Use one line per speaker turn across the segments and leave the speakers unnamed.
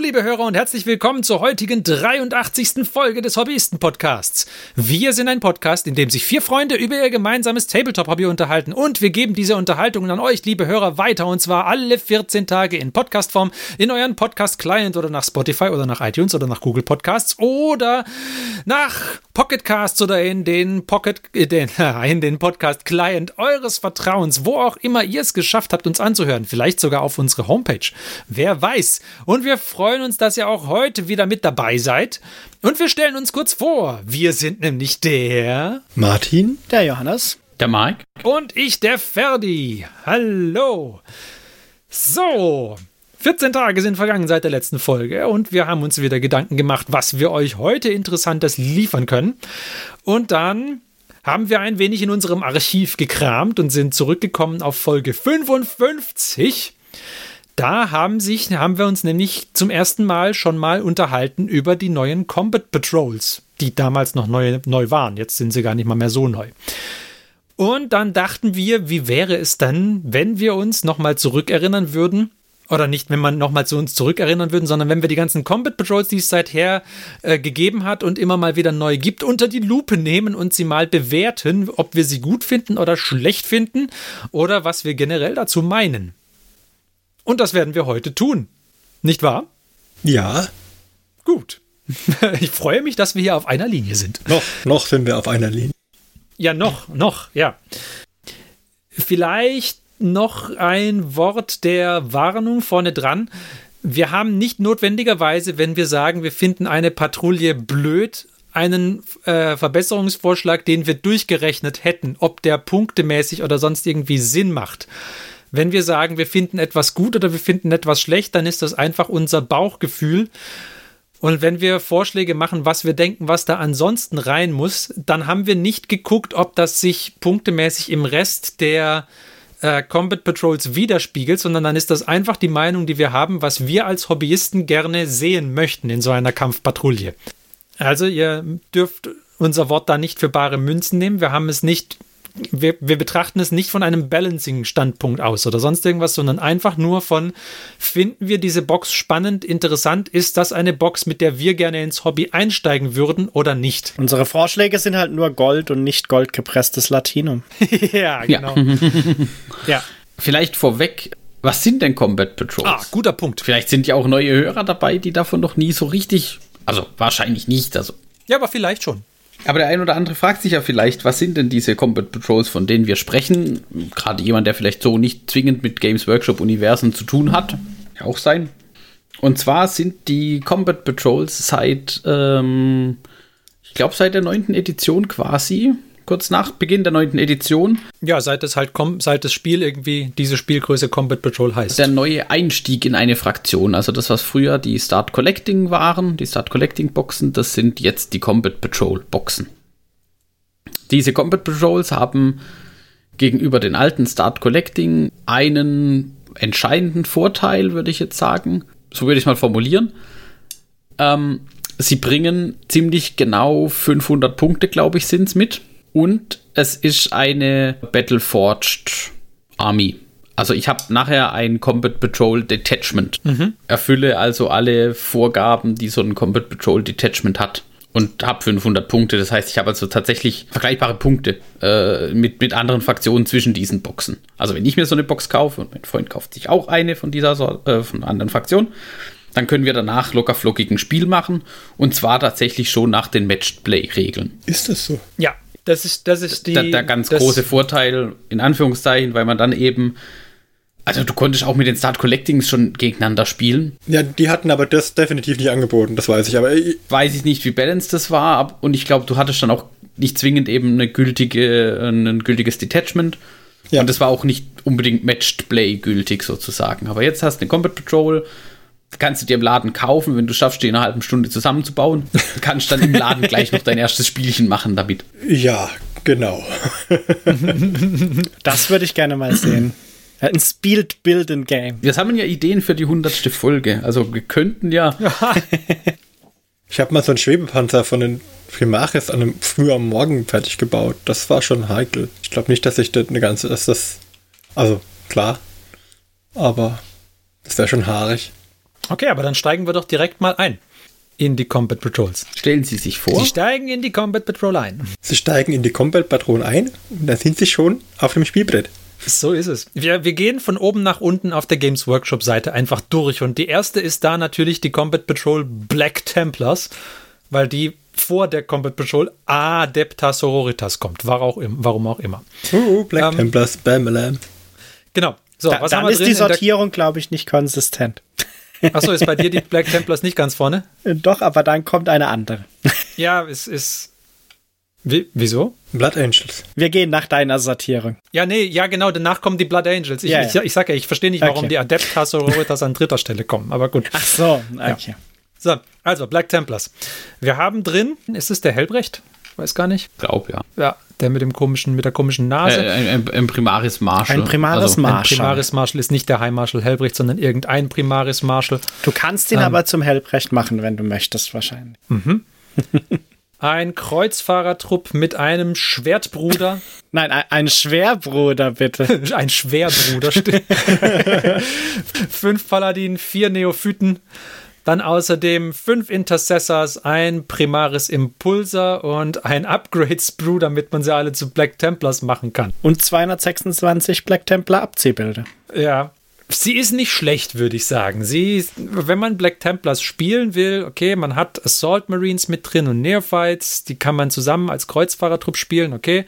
liebe Hörer und herzlich willkommen zur heutigen 83. Folge des Hobbyisten-Podcasts. Wir sind ein Podcast, in dem sich vier Freunde über ihr gemeinsames Tabletop-Hobby unterhalten und wir geben diese Unterhaltungen an euch, liebe Hörer, weiter und zwar alle 14 Tage in Podcastform in euren Podcast-Client oder nach Spotify oder nach iTunes oder nach Google Podcasts oder nach Pocketcasts oder in den Pocket, äh, den, in den Podcast-Client eures Vertrauens, wo auch immer ihr es geschafft habt, uns anzuhören. Vielleicht sogar auf unsere Homepage. Wer weiß. Und wir freuen uns, dass ihr auch heute wieder mit dabei seid. Und wir stellen uns kurz vor. Wir sind nämlich der
Martin?
Der Johannes.
Der Mike?
und ich, der Ferdi. Hallo. So. 14 Tage sind vergangen seit der letzten Folge und wir haben uns wieder Gedanken gemacht, was wir euch heute Interessantes liefern können. Und dann haben wir ein wenig in unserem Archiv gekramt und sind zurückgekommen auf Folge 55. Da haben, sich, haben wir uns nämlich zum ersten Mal schon mal unterhalten über die neuen Combat Patrols, die damals noch neu, neu waren. Jetzt sind sie gar nicht mal mehr so neu. Und dann dachten wir, wie wäre es dann, wenn wir uns nochmal zurückerinnern würden? Oder nicht, wenn man nochmal zu uns zurückerinnern würden, sondern wenn wir die ganzen Combat Patrols, die es seither äh, gegeben hat und immer mal wieder neu gibt, unter die Lupe nehmen und sie mal bewerten, ob wir sie gut finden oder schlecht finden oder was wir generell dazu meinen. Und das werden wir heute tun. Nicht wahr?
Ja.
Gut. Ich freue mich, dass wir hier auf einer Linie sind.
Noch, noch sind wir auf einer Linie.
Ja, noch, noch, ja. Vielleicht noch ein Wort der Warnung vorne dran. Wir haben nicht notwendigerweise, wenn wir sagen, wir finden eine Patrouille blöd, einen äh, Verbesserungsvorschlag, den wir durchgerechnet hätten, ob der punktemäßig oder sonst irgendwie Sinn macht. Wenn wir sagen, wir finden etwas gut oder wir finden etwas schlecht, dann ist das einfach unser Bauchgefühl. Und wenn wir Vorschläge machen, was wir denken, was da ansonsten rein muss, dann haben wir nicht geguckt, ob das sich punktemäßig im Rest der äh, Combat Patrols widerspiegelt, sondern dann ist das einfach die Meinung, die wir haben, was wir als Hobbyisten gerne sehen möchten in so einer Kampfpatrouille. Also ihr dürft unser Wort da nicht für bare Münzen nehmen. Wir haben es nicht, wir, wir betrachten es nicht von einem Balancing-Standpunkt aus oder sonst irgendwas, sondern einfach nur von, finden wir diese Box spannend, interessant, ist das eine Box, mit der wir gerne ins Hobby einsteigen würden oder nicht?
Unsere Vorschläge sind halt nur Gold und nicht goldgepresstes Latinum.
ja, genau. ja.
Vielleicht vorweg, was sind denn Combat Patrols?
Ah, guter Punkt.
Vielleicht sind ja auch neue Hörer dabei, die davon noch nie so richtig. Also wahrscheinlich nicht. Also.
Ja, aber vielleicht schon.
Aber der ein oder andere fragt sich ja vielleicht, was sind denn diese Combat Patrols, von denen wir sprechen? Gerade jemand, der vielleicht so nicht zwingend mit Games Workshop Universen zu tun hat. Kann auch sein. Und zwar sind die Combat Patrols seit, ähm, ich glaube, seit der neunten Edition quasi, kurz nach Beginn der neunten Edition,
Ja, seit es halt kom seit das Spiel irgendwie diese Spielgröße Combat Patrol heißt.
der neue Einstieg in eine Fraktion. Also das, was früher die Start Collecting waren, die Start Collecting Boxen, das sind jetzt die Combat Patrol Boxen. Diese Combat Patrols haben gegenüber den alten Start Collecting einen entscheidenden Vorteil, würde ich jetzt sagen. So würde ich es mal formulieren. Ähm, sie bringen ziemlich genau 500 Punkte, glaube ich, sind es mit. Und es ist eine Battleforged Army. Also ich habe nachher ein Combat Patrol Detachment. Erfülle also alle Vorgaben, die so ein Combat Patrol Detachment hat. Und habe 500 Punkte. Das heißt, ich habe also tatsächlich vergleichbare Punkte äh, mit, mit anderen Fraktionen zwischen diesen Boxen. Also wenn ich mir so eine Box kaufe und mein Freund kauft sich auch eine von dieser Sor- äh, von einer anderen Fraktion, dann können wir danach locker flockigen Spiel machen. Und zwar tatsächlich schon nach den Matched Play-Regeln
Ist das so?
ja, das ist das ist die
der, der ganz
das,
große Vorteil, in Anführungszeichen, weil man dann eben, also du konntest auch mit den Start Collectings schon gegeneinander spielen.
Ja, die hatten aber das definitiv nicht angeboten, das weiß ich. Aber ich,
Weiß ich nicht, wie balanced das war, ab- und ich glaube, du hattest dann auch nicht zwingend eben eine gültige, ein gültiges Detachment.
Ja.
Und das war auch nicht unbedingt Matched Play gültig sozusagen. Aber jetzt hast du eine Combat Patrol, kannst du dir im Laden kaufen, wenn du schaffst, die in einer halben Stunde zusammenzubauen, kannst dann im Laden gleich noch dein erstes Spielchen machen damit.
ja, genau.
Das würde ich gerne mal sehen. Ein Spielt Building Game.
Wir sammeln ja Ideen für die hundertste Folge. Also wir könnten ja
Ich habe mal so einen Schwebepanzer von den Primaris an einem früh am Morgen fertig gebaut. Das war schon heikel. Ich glaube nicht, dass ich das eine ganze, dass das, also klar, aber das wäre schon haarig.
Okay, aber dann steigen wir doch direkt mal ein in die Combat Patrols.
Stellen Sie sich vor.
Sie steigen in die Combat Patrol ein.
Sie steigen in die Combat Patrol ein und dann sind sie schon auf dem Spielbrett.
So ist es. Wir, wir gehen von oben nach unten auf der Games Workshop Seite einfach durch. Und die erste ist da natürlich die Combat Patrol Black Templars, weil die vor der Combat Patrol Adepta Sororitas kommt. War auch im, warum auch immer.
Uh, Black
Ähm.
Templar Spam Alarm.
Genau. So,
da,
was
dann
haben wir
ist
drin?
die
in der-
Sortierung, glaube ich, nicht konsistent.
Achso, ist bei dir die Black Templars nicht ganz vorne?
Äh, Doch, aber dann kommt eine andere.
Ja, es ist. Wie, wieso?
Blood Angels.
Wir gehen nach deiner Sortierung.
Ja, nee, ja, genau, danach kommen die Blood Angels. Ich,
Ja,
ich,
ja.
ich sag ja, ich verstehe nicht, warum
Okay.
die Adeptas Sororitas an dritter Stelle kommen, aber gut.
Ach so, okay.
So, also Black Templars. Wir haben drin, ist es der Helbrecht? Weiß gar nicht.
Glaub, ja.
Ja, der mit dem komischen, mit der komischen Nase.
Äh, ein, ein, ein primaris Marshall.
Ein primaris
Also
ein
Marshall.
Primaris Marshal ist nicht der High Marshal Helbrecht, sondern irgendein Primaris Marshal.
Du kannst ihn aber zum Helbrecht machen, wenn du möchtest, wahrscheinlich.
Ein Kreuzfahrertrupp mit einem Schwertbruder.
Nein, ein, ein Schwerbruder, bitte.
ein Schwerbruder. stimmt. fünf Paladin, vier Neophyten. Dann außerdem fünf Intercessors, ein Primaris Impulser und ein Upgrade Sprue, damit man sie alle zu Black Templars machen kann.
Und 226 Black Templar Abziehbilder.
Ja. Sie ist nicht schlecht, würde ich sagen. Sie ist, wenn man Black Templars spielen will, okay, man hat Assault Marines mit drin und Neophytes, die kann man zusammen als Kreuzfahrertrupp spielen, okay.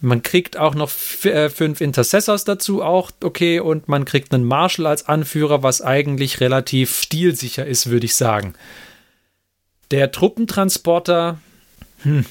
Man kriegt auch noch f- äh, fünf Intercessors dazu, auch okay, und man kriegt einen Marshal als Anführer, was eigentlich relativ stilsicher ist, würde ich sagen. Der Truppentransporter, hm,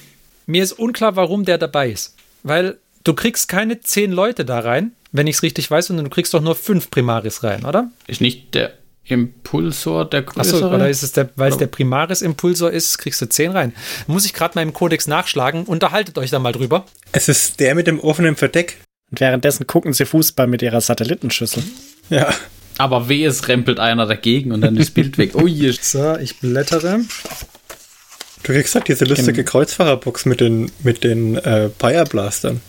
mir ist unklar, warum der dabei ist, weil du kriegst keine zehn Leute da rein, wenn ich es richtig weiß, sondern du kriegst doch nur fünf Primaris rein, oder?
Ist nicht der Impulsor der
Achso,
größere?
oder ist es der, weil es der Primaris-Impulsor ist, kriegst du zehn rein. Muss ich gerade mal im Kodex nachschlagen. Unterhaltet euch da mal drüber.
Es ist der mit dem offenen Verdeck.
Und währenddessen gucken sie Fußball mit ihrer Satellitenschüssel.
Ja.
Aber weh, es rempelt einer dagegen und dann ist Bild weg. Oh je.
So, ich blättere.
Du kriegst halt diese lustige Kreuzfahrerbox mit den, mit den äh, Fireblastern.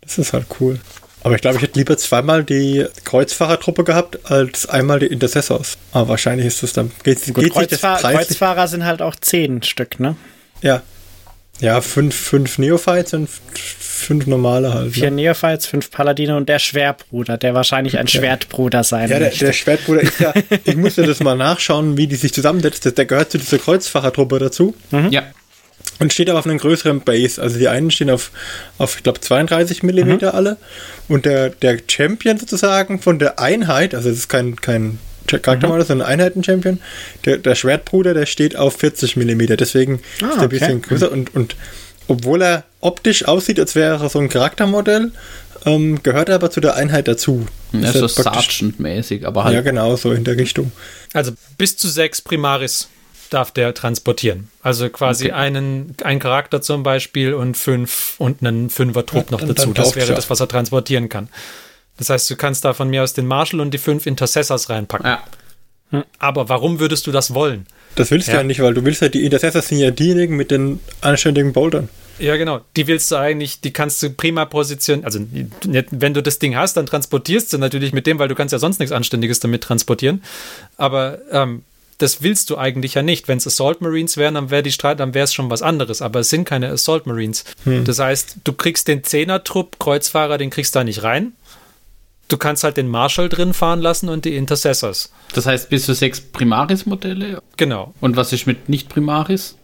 Das ist halt cool. Aber ich glaube, ich hätte lieber zweimal die Kreuzfahrertruppe gehabt, als einmal die Intercessors. Aber wahrscheinlich ist das dann. Geht,
Gut,
geht sich das
Kreuzfahr
preislich?
Kreuzfahrer sind halt auch zehn Stück, ne?
Ja. Ja, fünf, fünf Neophytes und f- fünf normale halt.
Vier
Ne?
Neophytes, fünf Paladine und der Schwerbruder, der wahrscheinlich ein Schwertbruder sein
Ja, der,
möchte.
der Schwertbruder ist ja. ich musste das mal nachschauen, wie die sich zusammensetzt. Der- Der gehört zu dieser Kreuzfahrertruppe dazu.
Ja.
Und steht aber auf einem größeren Base. Also die einen stehen auf, auf ich glaube, 32
Mhm.
Millimeter alle. Und der, der Champion sozusagen von der Einheit, also es ist kein, kein
Mhm.
Charaktermodell, sondern Einheiten-Champion, der, der Schwertbruder, der steht auf 40 Millimeter. Deswegen
Ah,
ist er ein
okay.
bisschen größer. Und, und obwohl er optisch aussieht, als wäre er so ein Charaktermodell, ähm, gehört er aber zu der Einheit dazu.
Ja,
Ist
so
er praktisch-
Also Sergeant-mäßig, aber
ja,
halt.
genau, so in der Richtung.
Also bis zu sechs Primaris darf der transportieren. Also quasi
Okay.
einen, einen Charakter zum Beispiel und fünf und einen Fünfer-Trupp noch
dann-
dazu.
dann
das
taucht's
wäre
ja.
das, was er transportieren kann. Das heißt, du kannst da von mir aus den Marshal und die fünf Intercessors reinpacken.
Ja.
Aber warum würdest du das wollen?
Das willst
Ja.
du ja nicht, weil du willst ja, die Intercessors sind ja diejenigen mit den anständigen Bouldern.
Ja, genau. Die willst du eigentlich, die kannst du prima positionieren. Also, nicht- wenn du das Ding hast, dann transportierst du natürlich mit dem, weil du kannst ja sonst nichts Anständiges damit transportieren. Aber ähm, das willst du eigentlich ja nicht. Wenn es Assault Marines wären, dann wäre die Streit, dann wäre es schon was anderes. Aber es sind keine Assault Marines. Das heißt, du kriegst den Zehner-Trupp, Kreuzfahrer, den kriegst du da nicht rein. Du kannst halt den Marshall drin fahren lassen und die Intercessors.
Das heißt, bis zu sechs Primaris-Modelle.
Genau.
Und was ist mit Nicht-Primaris?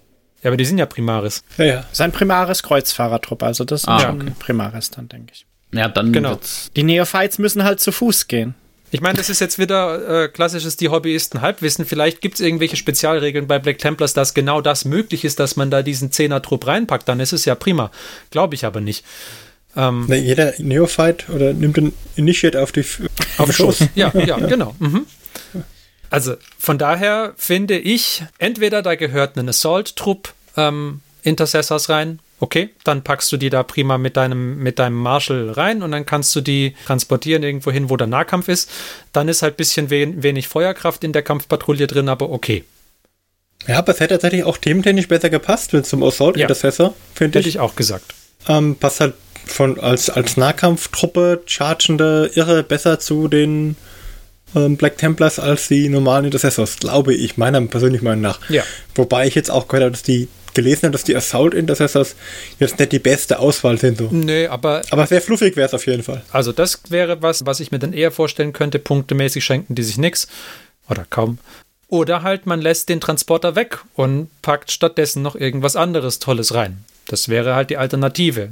Ja, aber die sind ja Primaris.
Ja, ja.
Sein primares Kreuzfahrertrupp, also das ist
Ah,
schon primares dann, denke ich.
Ja, dann
Genau.
wird's.
Die Neophytes müssen halt zu Fuß gehen.
Ich meine, das ist jetzt wieder äh, klassisches Die Hobbyisten Halbwissen. Vielleicht gibt es irgendwelche Spezialregeln bei Black Templars, dass genau das möglich ist, dass man da diesen Zehner-Trupp reinpackt. Dann ist es ja prima. Glaube ich aber nicht.
Na, jeder Neophyte oder nimmt den Initiate auf die F- auf den Schoß.
Ja, ja, genau. Mhm. Also von daher finde ich, entweder da gehört ein Assault-Trupp ähm, Intercessors rein. Okay, dann packst du die da prima mit deinem, mit deinem Marshal rein und dann kannst du die transportieren irgendwo hin, wo der Nahkampf ist. Dann ist halt ein bisschen wen, wenig Feuerkraft in der Kampfpatrouille drin, aber okay.
Ja, aber es hätte tatsächlich auch thementechnisch besser gepasst, wenn zum Assault
Ja.
Intercessor, finde
Hätte
ich.
ich auch gesagt.
Ähm, passt halt von als, als Nahkampftruppe chargende Irre besser zu den ähm, Black Templars als die normalen Intercessors, glaube ich, meiner persönlichen Meinung nach.
Ja.
Wobei ich jetzt auch gehört habe, dass die gelesen habe, dass die Assault Intercessors jetzt nicht die beste Auswahl sind. So.
Nö, aber
Aber sehr fluffig wäre es auf jeden Fall.
also das wäre was, was ich mir dann eher vorstellen könnte. Punktemäßig schenken die sich nichts oder kaum. Oder halt, man lässt den Transporter weg und packt stattdessen noch irgendwas anderes Tolles rein. Das wäre halt die Alternative.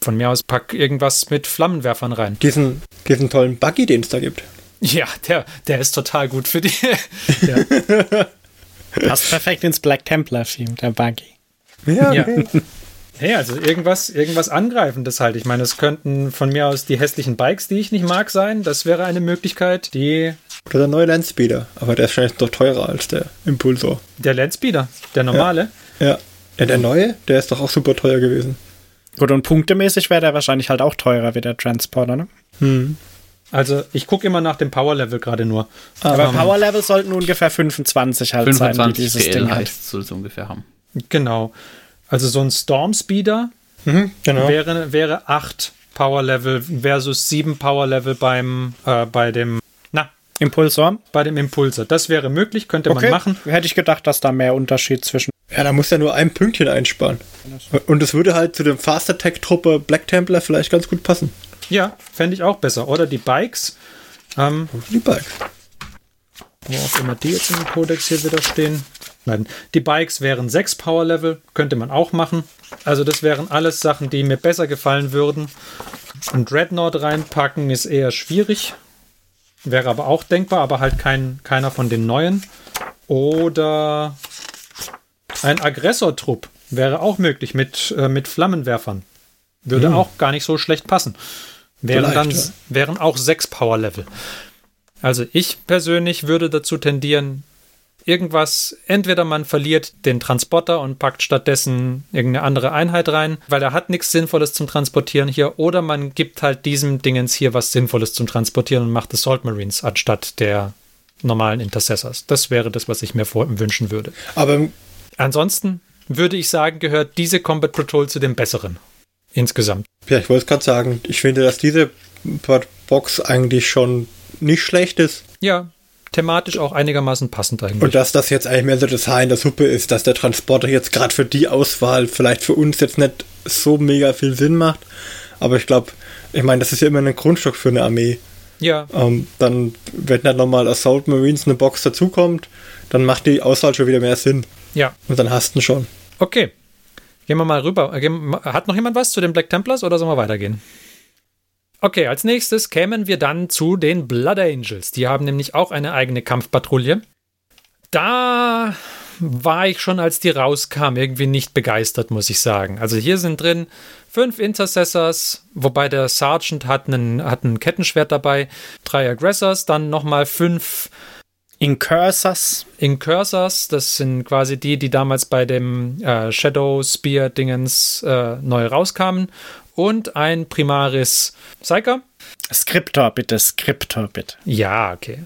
Von mir aus pack irgendwas mit Flammenwerfern rein.
Diesen, diesen tollen Buggy, den es da gibt.
Ja, der, der ist total gut für die. ja.
Passt perfekt ins Black Templar-Theme, der Buggy.
Ja,
Ja.
okay.
Nee, also irgendwas, irgendwas Angreifendes halt. Ich meine, es könnten von mir aus die hässlichen Bikes, die ich nicht mag, sein. Das wäre eine Möglichkeit. Die,
Oder der neue Landspeeder. Aber der ist wahrscheinlich doch teurer als der Impulsor.
der Landspeeder, der normale.
Ja. ja. Der neue, der ist doch auch super teuer gewesen.
Gut, und punktemäßig wäre der wahrscheinlich halt auch teurer wie der Transporter, ne?
Also ich gucke immer nach dem Power-Level gerade nur.
Ah,
Aber
ähm,
Power Level sollten ungefähr 25 halt sein, die
25
dieses
PL
Ding hat.
heißt, soll es ungefähr haben.
Genau. Also so ein Stormspeeder
Mhm, genau.
wäre, wäre 8 Power-Level versus 7 Power-Level beim, äh, bei dem, na,
Impulsor?
bei dem Impulser. Das wäre möglich, könnte man machen.
Hätte ich gedacht, dass da mehr Unterschied zwischen.
Ja, da muss er nur ein Pünktchen einsparen. Und es würde halt zu dem Fast Attack Truppe Black Templar vielleicht ganz gut passen.
Ja, fände ich auch besser. Oder die Bikes. Ähm,
Die Bikes.
Wo auch immer die jetzt im Codex hier wieder stehen. Nein, die Bikes wären 6 Power Level, könnte man auch machen. Also das wären alles Sachen, die mir besser gefallen würden. Ein Dreadnought reinpacken ist eher schwierig. Wäre aber auch denkbar, aber halt kein, keiner von den neuen. Oder ein Aggressor-Trupp wäre auch möglich mit, äh, mit Flammenwerfern. Würde auch gar nicht so schlecht passen. Wären, dann,
Vielleicht,
wären auch 6 Power Level. Also ich persönlich würde dazu tendieren, irgendwas, entweder man verliert den Transporter und packt stattdessen irgendeine andere Einheit rein, weil er hat nichts Sinnvolles zum Transportieren hier, oder man gibt halt diesem Dingens hier was Sinnvolles zum Transportieren und macht Assault Marines anstatt der normalen Intercessors. Das wäre das, was ich mir vor wünschen würde.
Aber im-
Ansonsten würde ich sagen, gehört diese Combat Patrol zu den besseren. Insgesamt.
ja, ich wollte es gerade sagen, ich finde, dass diese Box eigentlich schon nicht schlecht ist
Ja, thematisch auch einigermaßen passend eigentlich.
und dass das jetzt eigentlich mehr so das Haar in der Suppe ist, dass der Transporter jetzt gerade für die Auswahl vielleicht für uns jetzt nicht so mega viel Sinn macht. Aber ich glaube, ich meine, das ist ja immer ein Grundstock für eine Armee.
ja,
Ähm, dann, wenn dann nochmal Assault Marines eine Box dazukommt, dann macht die Auswahl schon wieder mehr Sinn.
ja.
Und dann hast du ihn schon.
Okay. Gehen wir mal rüber. Äh, Gehen- Hat noch jemand was zu den Black Templars oder sollen wir weitergehen? Okay, als nächstes kämen wir dann zu den Blood Angels. Die haben nämlich auch eine eigene Kampfpatrouille. Da war ich schon, als die rauskam, irgendwie nicht begeistert, muss ich sagen. Also hier sind drin fünf Intercessors, wobei der Sergeant hat, einen, hat ein Kettenschwert dabei, drei Aggressors, dann nochmal fünf
Incursors.
Incursors, das sind quasi die, die damals bei dem äh, Shadow Spear Dingens äh, neu rauskamen. Und ein Primaris Psyker.
Skriptor, bitte, Skriptor, bitte.
Ja, okay.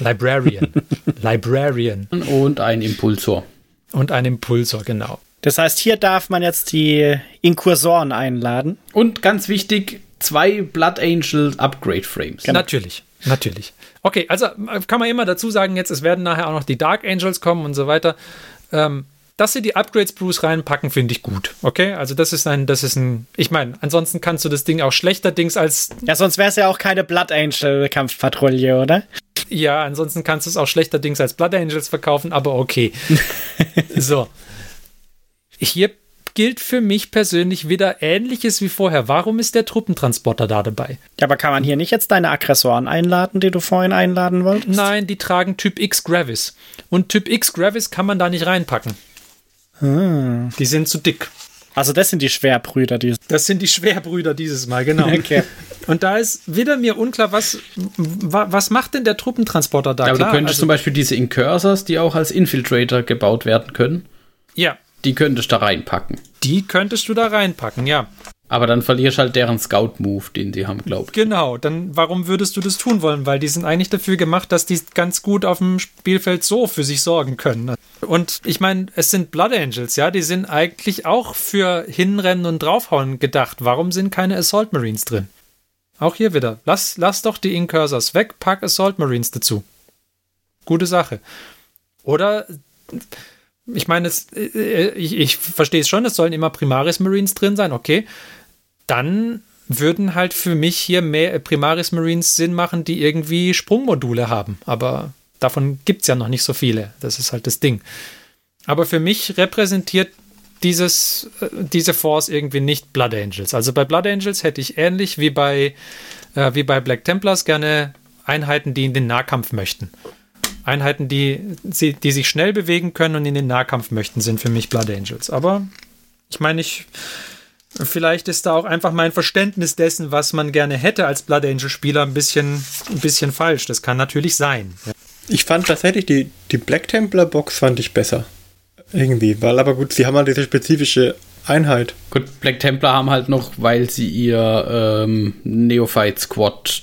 Librarian. Librarian.
Und ein Impulsor.
Und ein Impulsor, genau.
Das heißt, hier darf man jetzt die Inkursoren einladen.
Und ganz wichtig, zwei Blood Angel Upgrade Frames.
Natürlich, natürlich. Okay, also äh, kann man immer dazu sagen, jetzt es werden nachher auch noch die Dark Angels kommen und so weiter. Ähm, dass sie die Upgrades Bruce reinpacken, finde ich gut. Okay, also das ist ein, das ist ein, ich meine, ansonsten kannst du das Ding auch schlechterdings als
Ja, sonst wäre es ja auch keine Blood Angel Kampfpatrouille, oder?
Ja, ansonsten kannst du es auch schlechterdings als Blood Angels verkaufen, aber okay. so. Hier gilt für mich persönlich wieder Ähnliches wie vorher. Warum ist der Truppentransporter da dabei?
Ja, aber kann man hier nicht jetzt deine Aggressoren einladen, die du vorhin einladen wolltest?
Nein, die tragen Typ X Gravis. Und Typ X Gravis kann man da nicht reinpacken.
Ah.
Die sind zu dick.
Also das sind die Schwerbrüder, die.
Das sind die Schwerbrüder dieses Mal, genau.
Okay.
Und da ist wieder mir unklar, was, wa- was macht denn der Truppentransporter da?
Aber
Klar, also
du könntest zum Beispiel diese Incursors, die auch als Infiltrator gebaut werden können,
ja,
die könntest du da reinpacken.
die könntest du da reinpacken, ja.
Aber dann verlierst halt deren Scout-Move, den die haben, glaube ich.
Genau, dann warum würdest du das tun wollen? Weil die sind eigentlich dafür gemacht, dass die ganz gut auf dem Spielfeld so für sich sorgen können. Und ich meine, es sind Blood Angels, ja, die sind eigentlich auch für Hinrennen und Draufhauen gedacht. Warum sind keine Assault Marines drin? Auch hier wieder. Lass, lass doch die Incursors weg, pack Assault Marines dazu. Gute Sache. Oder, ich meine, es, äh, ich, ich verstehe es schon, es sollen immer Primaris Marines drin sein, okay. Dann würden halt für mich hier mehr Primaris Marines Sinn machen, die irgendwie Sprungmodule haben. Aber davon gibt es ja noch nicht so viele. Das ist halt das Ding. Aber für mich repräsentiert dieses, äh, diese Force irgendwie nicht Blood Angels. Also bei Blood Angels hätte ich ähnlich wie bei, äh, wie bei Black Templars gerne Einheiten, die in den Nahkampf möchten. Einheiten, die, die sich schnell bewegen können und in den Nahkampf möchten, sind für mich Blood Angels. Aber ich meine, ich, vielleicht ist da auch einfach mein Verständnis dessen, was man gerne hätte als Blood Angel-Spieler, ein bisschen, ein bisschen falsch. Das kann natürlich sein.
Ich fand tatsächlich die, die Black Templar Box fand ich besser. Irgendwie, weil aber gut, sie haben halt diese spezifische Einheit.
Gut, Black Templar haben halt noch, weil sie ihr ähm, Neophyte Squad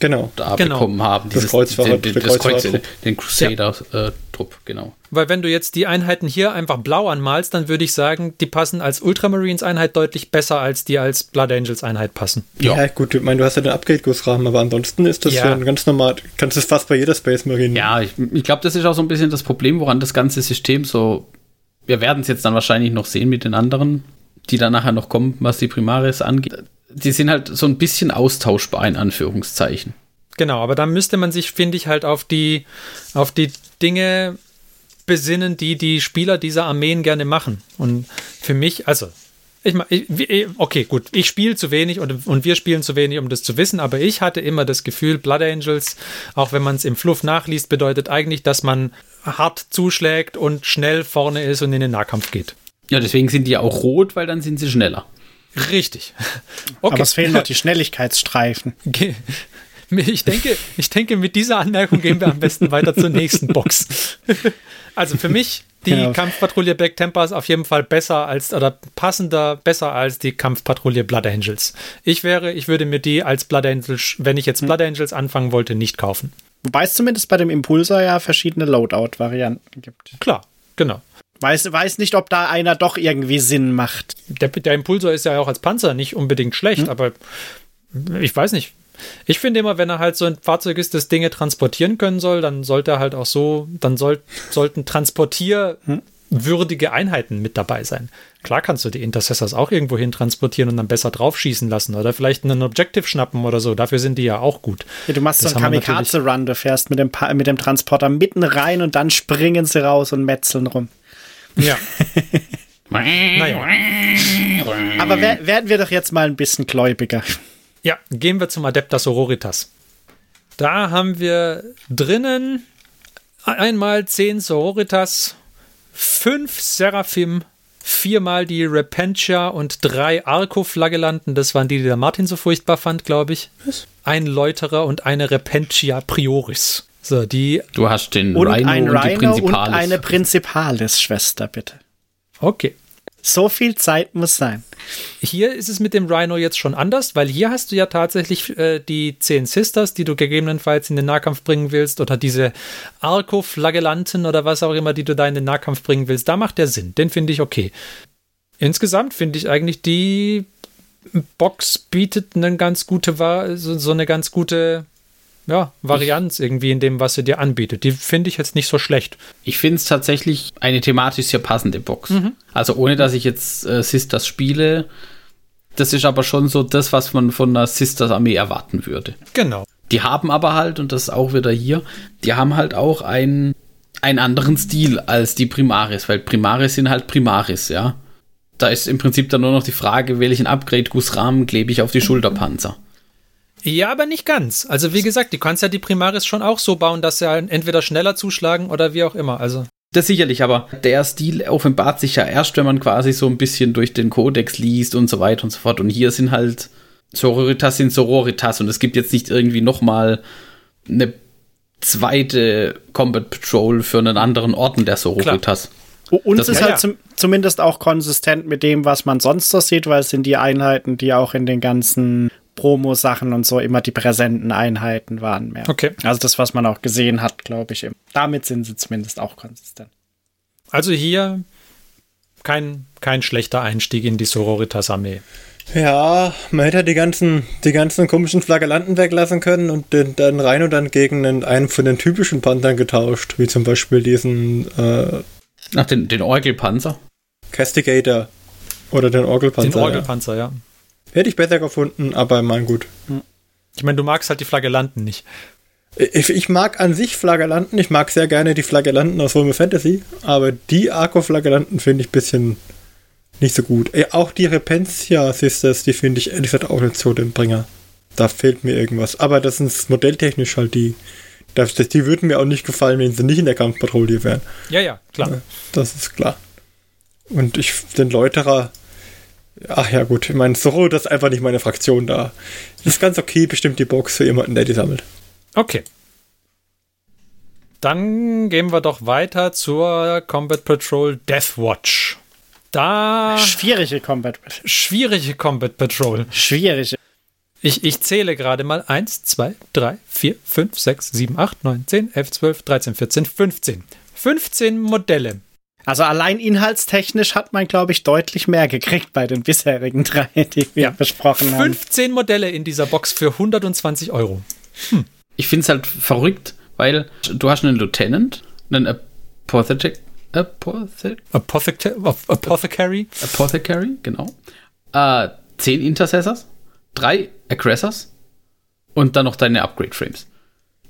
genau.
da
Genau.
bekommen haben.
Das Kreuzfahrer-
den,
der
den, das Kreuz,
Kreuzfahrertrupp.
den Crusader-Trupp, genau.
Weil wenn du jetzt die Einheiten hier einfach blau anmalst, dann würde ich sagen, die passen als Ultramarines-Einheit deutlich besser, als die als Blood Angels-Einheit passen.
Ja,
Ja.
gut, ich meine, du hast ja den Upgrade-Gussrahmen, aber ansonsten ist das
Ja.
ja, ein ganz normal. Kannst du es fast bei jeder Space Marine.
Ja, ich, ich glaube, das ist auch so ein bisschen das Problem, woran das ganze System so. Wir werden es jetzt dann wahrscheinlich noch sehen mit den anderen, die dann nachher noch kommen, was die Primaris angeht. Die sind halt so ein bisschen austauschbar, in Anführungszeichen.
Genau, aber dann müsste man sich, finde ich, halt auf die, auf die Dinge besinnen, die die Spieler dieser Armeen gerne machen. Und für mich, also, ich meine, ich- wie- okay, gut, ich spiele zu wenig und, und wir spielen zu wenig, um das zu wissen, aber ich hatte immer das Gefühl, Blood Angels, auch wenn man es im Fluff nachliest, bedeutet eigentlich, dass man hart zuschlägt und schnell vorne ist und in den Nahkampf geht.
Ja, deswegen sind die ja auch rot, weil dann sind sie schneller.
Richtig. Okay.
Aber es fehlen noch die Schnelligkeitsstreifen.
Ge- Ich denke, ich denke, mit dieser Anmerkung gehen wir am besten weiter zur nächsten Box. Also für mich die
Ja.
Kampfpatrouille Black Tempers auf jeden Fall besser als oder passender besser als die Kampfpatrouille Blood Angels. Ich wäre, ich würde mir die als Blood Angels, wenn ich jetzt Blood Angels anfangen wollte, nicht kaufen.
Wobei es zumindest bei dem Impulsor ja verschiedene Loadout-Varianten gibt.
Klar, genau.
Weiß, weiß nicht, ob da einer doch irgendwie Sinn macht.
Der, der Impulsor ist ja auch als Panzer nicht unbedingt schlecht,
Hm.
aber ich weiß nicht. Ich finde immer, wenn er halt so ein Fahrzeug ist, das Dinge transportieren können soll, dann sollte er halt auch so, dann soll, sollten transportierwürdige Einheiten mit dabei sein. Klar kannst du die Intercessors auch irgendwo hin transportieren und dann besser draufschießen lassen oder vielleicht einen Objective schnappen oder so. Dafür sind die ja auch gut.
Ja, du machst
Das
so einen
haben wir natürlich-
Kamikaze-Run, du fährst mit dem, Pa- mit dem Transporter mitten rein und dann springen sie raus und metzeln rum.
Ja. naja.
Aber wer, werden wir doch jetzt mal ein bisschen gläubiger.
Ja, gehen wir zum Adeptas Sororitas. Da haben wir drinnen e-, einmal 10 Sororitas, 5 Seraphim, viermal die Repentia und drei Arco-Flagellanten. Das waren die, die der Martin so furchtbar fand, glaube ich. Ein Läuterer und eine Repentia Prioris. So, die.
Du hast den
Und
Rhino
ein
und die
Rhino und,
Prinzipalis.
eine Prinzipalis-Schwester, bitte.
Okay.
So viel Zeit muss sein.
Hier ist es mit dem Rhino jetzt schon anders, weil hier hast du ja tatsächlich äh, die zehn Sisters, die du gegebenenfalls in den Nahkampf bringen willst, oder diese Arco-Flagellanten oder was auch immer, die du da in den Nahkampf bringen willst. Da macht der Sinn. Den finde ich okay. Insgesamt finde ich eigentlich die Box bietet eine ganz gute, Wa- so, so eine ganz gute ja, Varianz irgendwie in dem, was sie dir anbietet. Die finde ich jetzt nicht so schlecht.
Ich finde es tatsächlich eine thematisch sehr passende Box. Also ohne, dass ich jetzt äh, Sisters spiele, das ist aber schon so das, was man von einer Sisters-Armee erwarten würde.
Genau.
Die haben aber halt, und das ist auch wieder hier, die haben halt auch einen, einen anderen Stil als die Primaris, weil Primaris sind halt Primaris, ja. Da ist im Prinzip dann nur noch die Frage, welchen Upgrade-Gussrahmen klebe ich auf die Schulterpanzer.
Ja, aber nicht ganz. Also wie gesagt, du kannst ja die Primaris schon auch so bauen, dass sie halt entweder schneller zuschlagen oder wie auch immer. Also
Das sicherlich, aber der Stil offenbart sich ja erst, wenn man quasi so ein bisschen durch den Kodex liest und so weiter und so fort. Und hier sind halt Sororitas sind Sororitas und es gibt jetzt nicht irgendwie nochmal eine zweite Combat Patrol für einen anderen Orden der Sororitas.
Uns
Das-
ist
Ja,
halt
ja.
Zum, zumindest auch konsistent mit dem, was man sonst so sieht, weil es sind die Einheiten, die auch in den ganzen Promo-Sachen und so immer die präsenten Einheiten waren. Mehr.
Okay.
Also das, was man auch gesehen hat, glaube ich. immer. Damit sind sie zumindest auch konsistent.
also hier kein kein schlechter Einstieg in die Sororitas Armee.
Ja, man hätte die ganzen, die ganzen komischen Flagellanten weglassen können und den, dann rein und dann gegen einen, einen von den typischen Panzern getauscht, wie zum Beispiel diesen äh,
Ach, den, den Orgelpanzer.
Castigator oder den Orgelpanzer.
Den Orgelpanzer, ja.
Ja. Hätte ich besser gefunden, aber mein gut.
Ich meine, du magst halt die Flagellanten nicht.
Ich, ich mag an sich Flagellanten, ich mag sehr gerne die Flagellanten aus Rome Fantasy, aber die Arco-Flagellanten finde ich ein bisschen nicht so gut. Äh, auch die Repentia Sisters, die finde ich ehrlich gesagt auch nicht so den Bringer. Da fehlt mir irgendwas. Aber das sind modelltechnisch halt die. Das, das, die würden mir auch nicht gefallen, wenn sie nicht in der Kampfpatrouille wären.
Ja, ja, klar.
Das ist klar. Und ich, den Läuterer. Ach ja, gut. Ich meine, Zorro, das ist einfach nicht meine Fraktion da. Das ist ganz okay, bestimmt die Box für jemanden, der die sammelt.
Okay. Dann gehen wir doch weiter zur Combat Patrol Death Watch.
Ah.
Da
Schwierige Combat.
schwierige Combat Patrol.
Schwierige.
Ich, ich zähle gerade mal 1, 2, 3, 4, 5, 6, 7, 8, 9, 10, 11, 12, 13, 14, 15. 15 Modelle.
Also allein inhaltstechnisch hat man, glaube ich, deutlich mehr gekriegt bei den bisherigen drei, die wir besprochen haben.
15 Modelle in dieser Box für 120 Euro.
Ich finde es halt verrückt, weil du hast einen Lieutenant, einen Apothec Apothe
Apothec Apothecary?
Apothecary, genau. Äh, zehn Intercessors, drei Aggressors und dann noch deine Upgrade-Frames.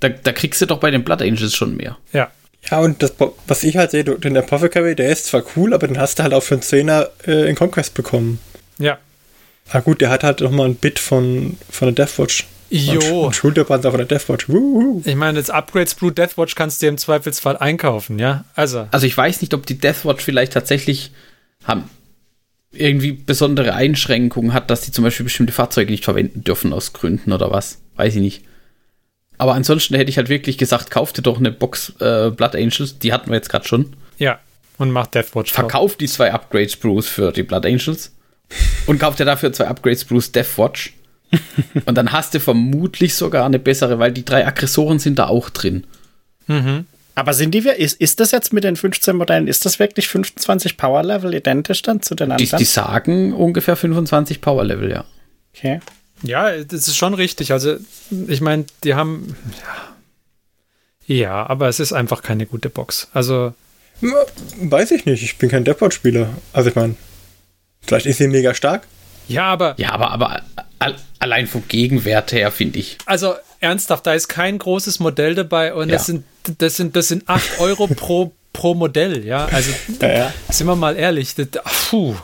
Da, da kriegst du doch bei den Blood Angels schon mehr.
Ja.
Ja, und das, was ich halt sehe, du- den Apothecary, der ist zwar cool, aber den hast du halt auch für einen Zehner äh, in Conquest bekommen.
Ja.
Ah gut, der hat halt nochmal ein Bit von, von der Deathwatch.
Jo.
Ein Schulterpanzer von der Deathwatch. Wuhu.
Ich meine, das Upgrades Blue Deathwatch kannst du dir im Zweifelsfall einkaufen, ja? Also,
Also ich weiß nicht, ob die Deathwatch vielleicht tatsächlich haben irgendwie besondere Einschränkungen hat, dass die zum Beispiel bestimmte Fahrzeuge nicht verwenden dürfen aus Gründen oder was. Weiß ich nicht. Aber ansonsten hätte ich halt wirklich gesagt, kaufte doch eine Box äh, Blood Angels, die hatten wir jetzt gerade schon.
ja. Und mach Deathwatch drauf.
Verkauft die zwei Upgrades Brews für die Blood Angels und kauft dir dafür zwei Upgrades Brews Deathwatch. und dann hast du vermutlich sogar eine bessere, weil die drei Aggressoren sind da auch drin.
Aber sind die, wir- ist, ist das jetzt mit den 15 Modellen, ist das wirklich 25 Power Level identisch dann zu den
Die,
anderen?
die sagen ungefähr 25 Power Level, ja.
okay.
Ja, das ist schon richtig. Also, ich meine, die haben. Ja. ja, aber es ist einfach keine gute Box. Also,
Hm, Weiß ich nicht, ich bin kein Deathwatch-Spieler. Also ich meine, vielleicht ist sie mega stark.
ja, aber.
Ja, aber, aber al- allein vom Gegenwert her, finde ich.
Also, ernsthaft, da ist kein großes Modell dabei und das
Ja.
sind das sind, das sind 8 Euro pro, pro Modell, ja. Also,
Ja, ja.
sind wir mal ehrlich, das, ach, puh,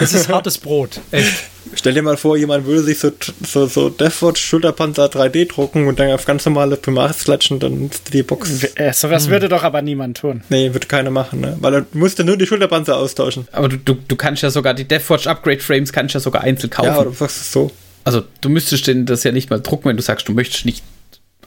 das ist hartes Brot. Echt.
Stell dir mal vor, jemand würde sich so, so, so Deathwatch-Schulterpanzer 3D drucken und dann auf ganz normale Primaris klatschen, dann ist die Box.
Äh, sowas würde doch aber niemand tun.
Nee, wird keiner machen, ne? Weil er musste nur die Schulterpanzer austauschen.
Aber du, du, du kannst ja sogar die Deathwatch Upgrade Frames kannst ja sogar einzeln kaufen.
Ja, oder sagst du es so?
also du müsstest denn das ja nicht mal drucken, wenn du sagst, du möchtest nicht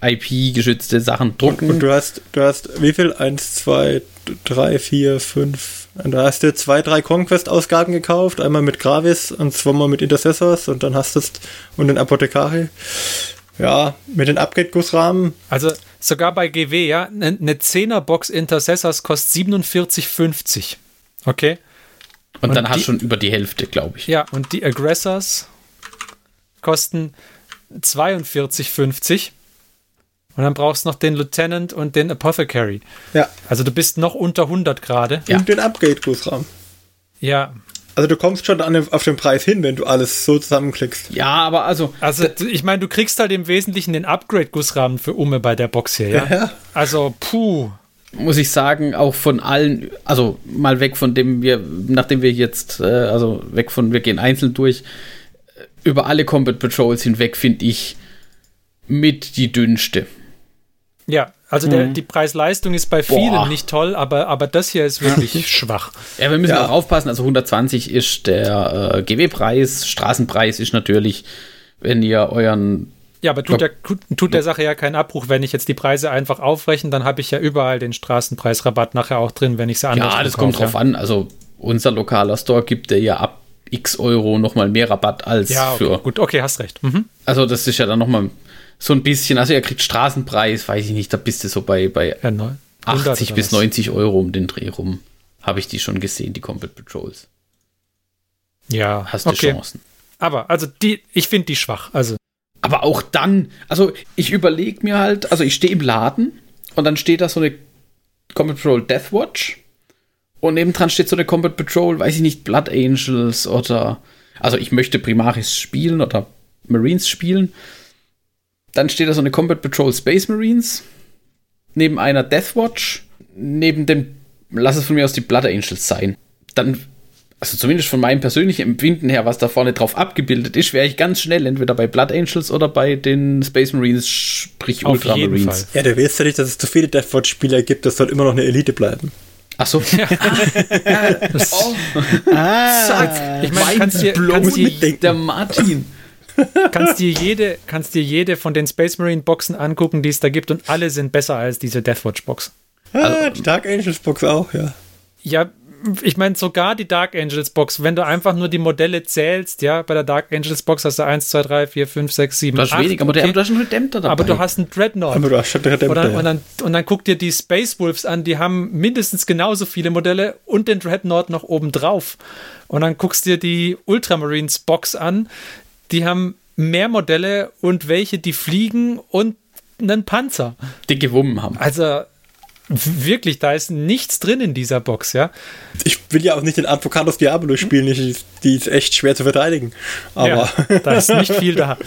IP-geschützte Sachen drucken.
Und du hast, du hast wie viel? Eins, zwei, drei, vier, fünf. Und da hast du zwei, drei Conquest-Ausgaben gekauft, einmal mit Gravis und zweimal mit Intercessors und dann hast du es und den Apothekari. Ja, mit den Upgrade-Gussrahmen.
Also, sogar bei GW, ja, eine ne 10er Box Intercessors kostet 47,50. Okay?
Und dann
Und
hast
die-
du schon über die Hälfte, glaube ich.
Ja, und die Aggressors kosten 42,50. Und dann brauchst du noch den Lieutenant und den Apothecary.
Ja.
Also du bist noch unter 100 gerade.
Ja.
Und den Upgrade-Gussrahmen.
Ja,
Also du kommst schon an den, auf den Preis hin, wenn du alles so zusammenklickst.
Ja, aber also,
also d- ich meine, du kriegst halt im Wesentlichen den Upgrade-Gussrahmen für Umme bei der Box hier, ja?
Ja.
Also, puh.
muss ich sagen, auch von allen, also mal weg von dem wir, nachdem wir jetzt, äh, also weg von, wir gehen einzeln durch, äh, über alle Combat Patrols hinweg finde ich mit die dünnste.
Ja, also der, die Preis-Leistung ist bei vielen
Mhm. Boah.
nicht toll, aber, aber das hier ist wirklich schwach.
Ja, wir müssen
Ja.
auch aufpassen. Also 120 ist der äh, GW-Preis, Straßenpreis ist natürlich, wenn ihr euren.
Ja, aber tut der, tut der Sache ja keinen Abbruch, wenn ich jetzt die Preise einfach aufrechne, dann habe ich ja überall den Straßenpreisrabatt nachher auch drin, wenn ich sie anders
Ja, das kommt drauf
ja.
an. Also unser lokaler Store gibt dir ja ab x Euro nochmal mehr Rabatt als
Ja, okay,
für.
gut, okay, hast recht. Mhm.
Also das ist ja dann nochmal so ein bisschen. Also ihr kriegt Straßenpreis, weiß ich nicht, da bist du so bei, bei
Ja, neun- 100
80
oder
bis
was?
90 Euro um den Dreh rum. Habe ich die schon gesehen, die Combat Patrols.
Ja,
Hast du
okay.
Chancen.
Aber, also die, ich finde die schwach. Also.
Aber auch dann, also ich überlege mir halt, also ich stehe im Laden und dann steht da so eine Combat Patrol Deathwatch und nebendran steht so eine Combat Patrol, weiß ich nicht, Blood Angels oder, also ich möchte Primaris spielen oder Marines spielen. Dann steht da so eine Combat Patrol Space Marines, neben einer Deathwatch, neben dem, lass es von mir aus die Blood Angels sein. Dann also zumindest von meinem persönlichen Empfinden her, was da vorne drauf abgebildet ist, wäre ich ganz schnell entweder bei Blood Angels oder bei den Space Marines, sprich
Auf
Ultra
jeden
Marines.
Fall.
Ja, du willst ja nicht, dass es zu viele Deathwatch-Spieler gibt, das soll immer noch eine Elite bleiben.
Ach so. oh,
Ah,
Ich meine, kannst dir,
blown
kannst, dir,
mitdenken.
der Martin.
kannst, dir jede, kannst dir jede von den Space Marine Boxen angucken, die es da gibt und alle sind besser als diese Deathwatch Box.
Ah, die Dark Angels Box auch, ja.
Ja, ich meine, sogar die Dark Angels Box, wenn du einfach nur die Modelle zählst, ja, bei der Dark Angels Box hast du 1, 2, 3, 4, 5, 6, 7,
Du hast
8.
weniger, aber
okay.
du hast einen Redemptor dabei.
aber du hast einen Dreadnought.
Aber du hast schon drei
und,
Dämpfer,
dann,
ja.
und, dann, und dann guck dir die Space Wolves an, die haben mindestens genauso viele Modelle und den Dreadnought noch oben drauf. Und dann guckst dir die Ultramarines Box an, die haben mehr Modelle und welche, die fliegen und einen Panzer.
dicke Wummen haben.
Also w- wirklich, da ist nichts drin in dieser Box, ja.
Ich will ja auch nicht den Advocatus Diablo spielen, die, ist- die ist echt schwer zu verteidigen. Aber
Ja, da ist nicht viel da.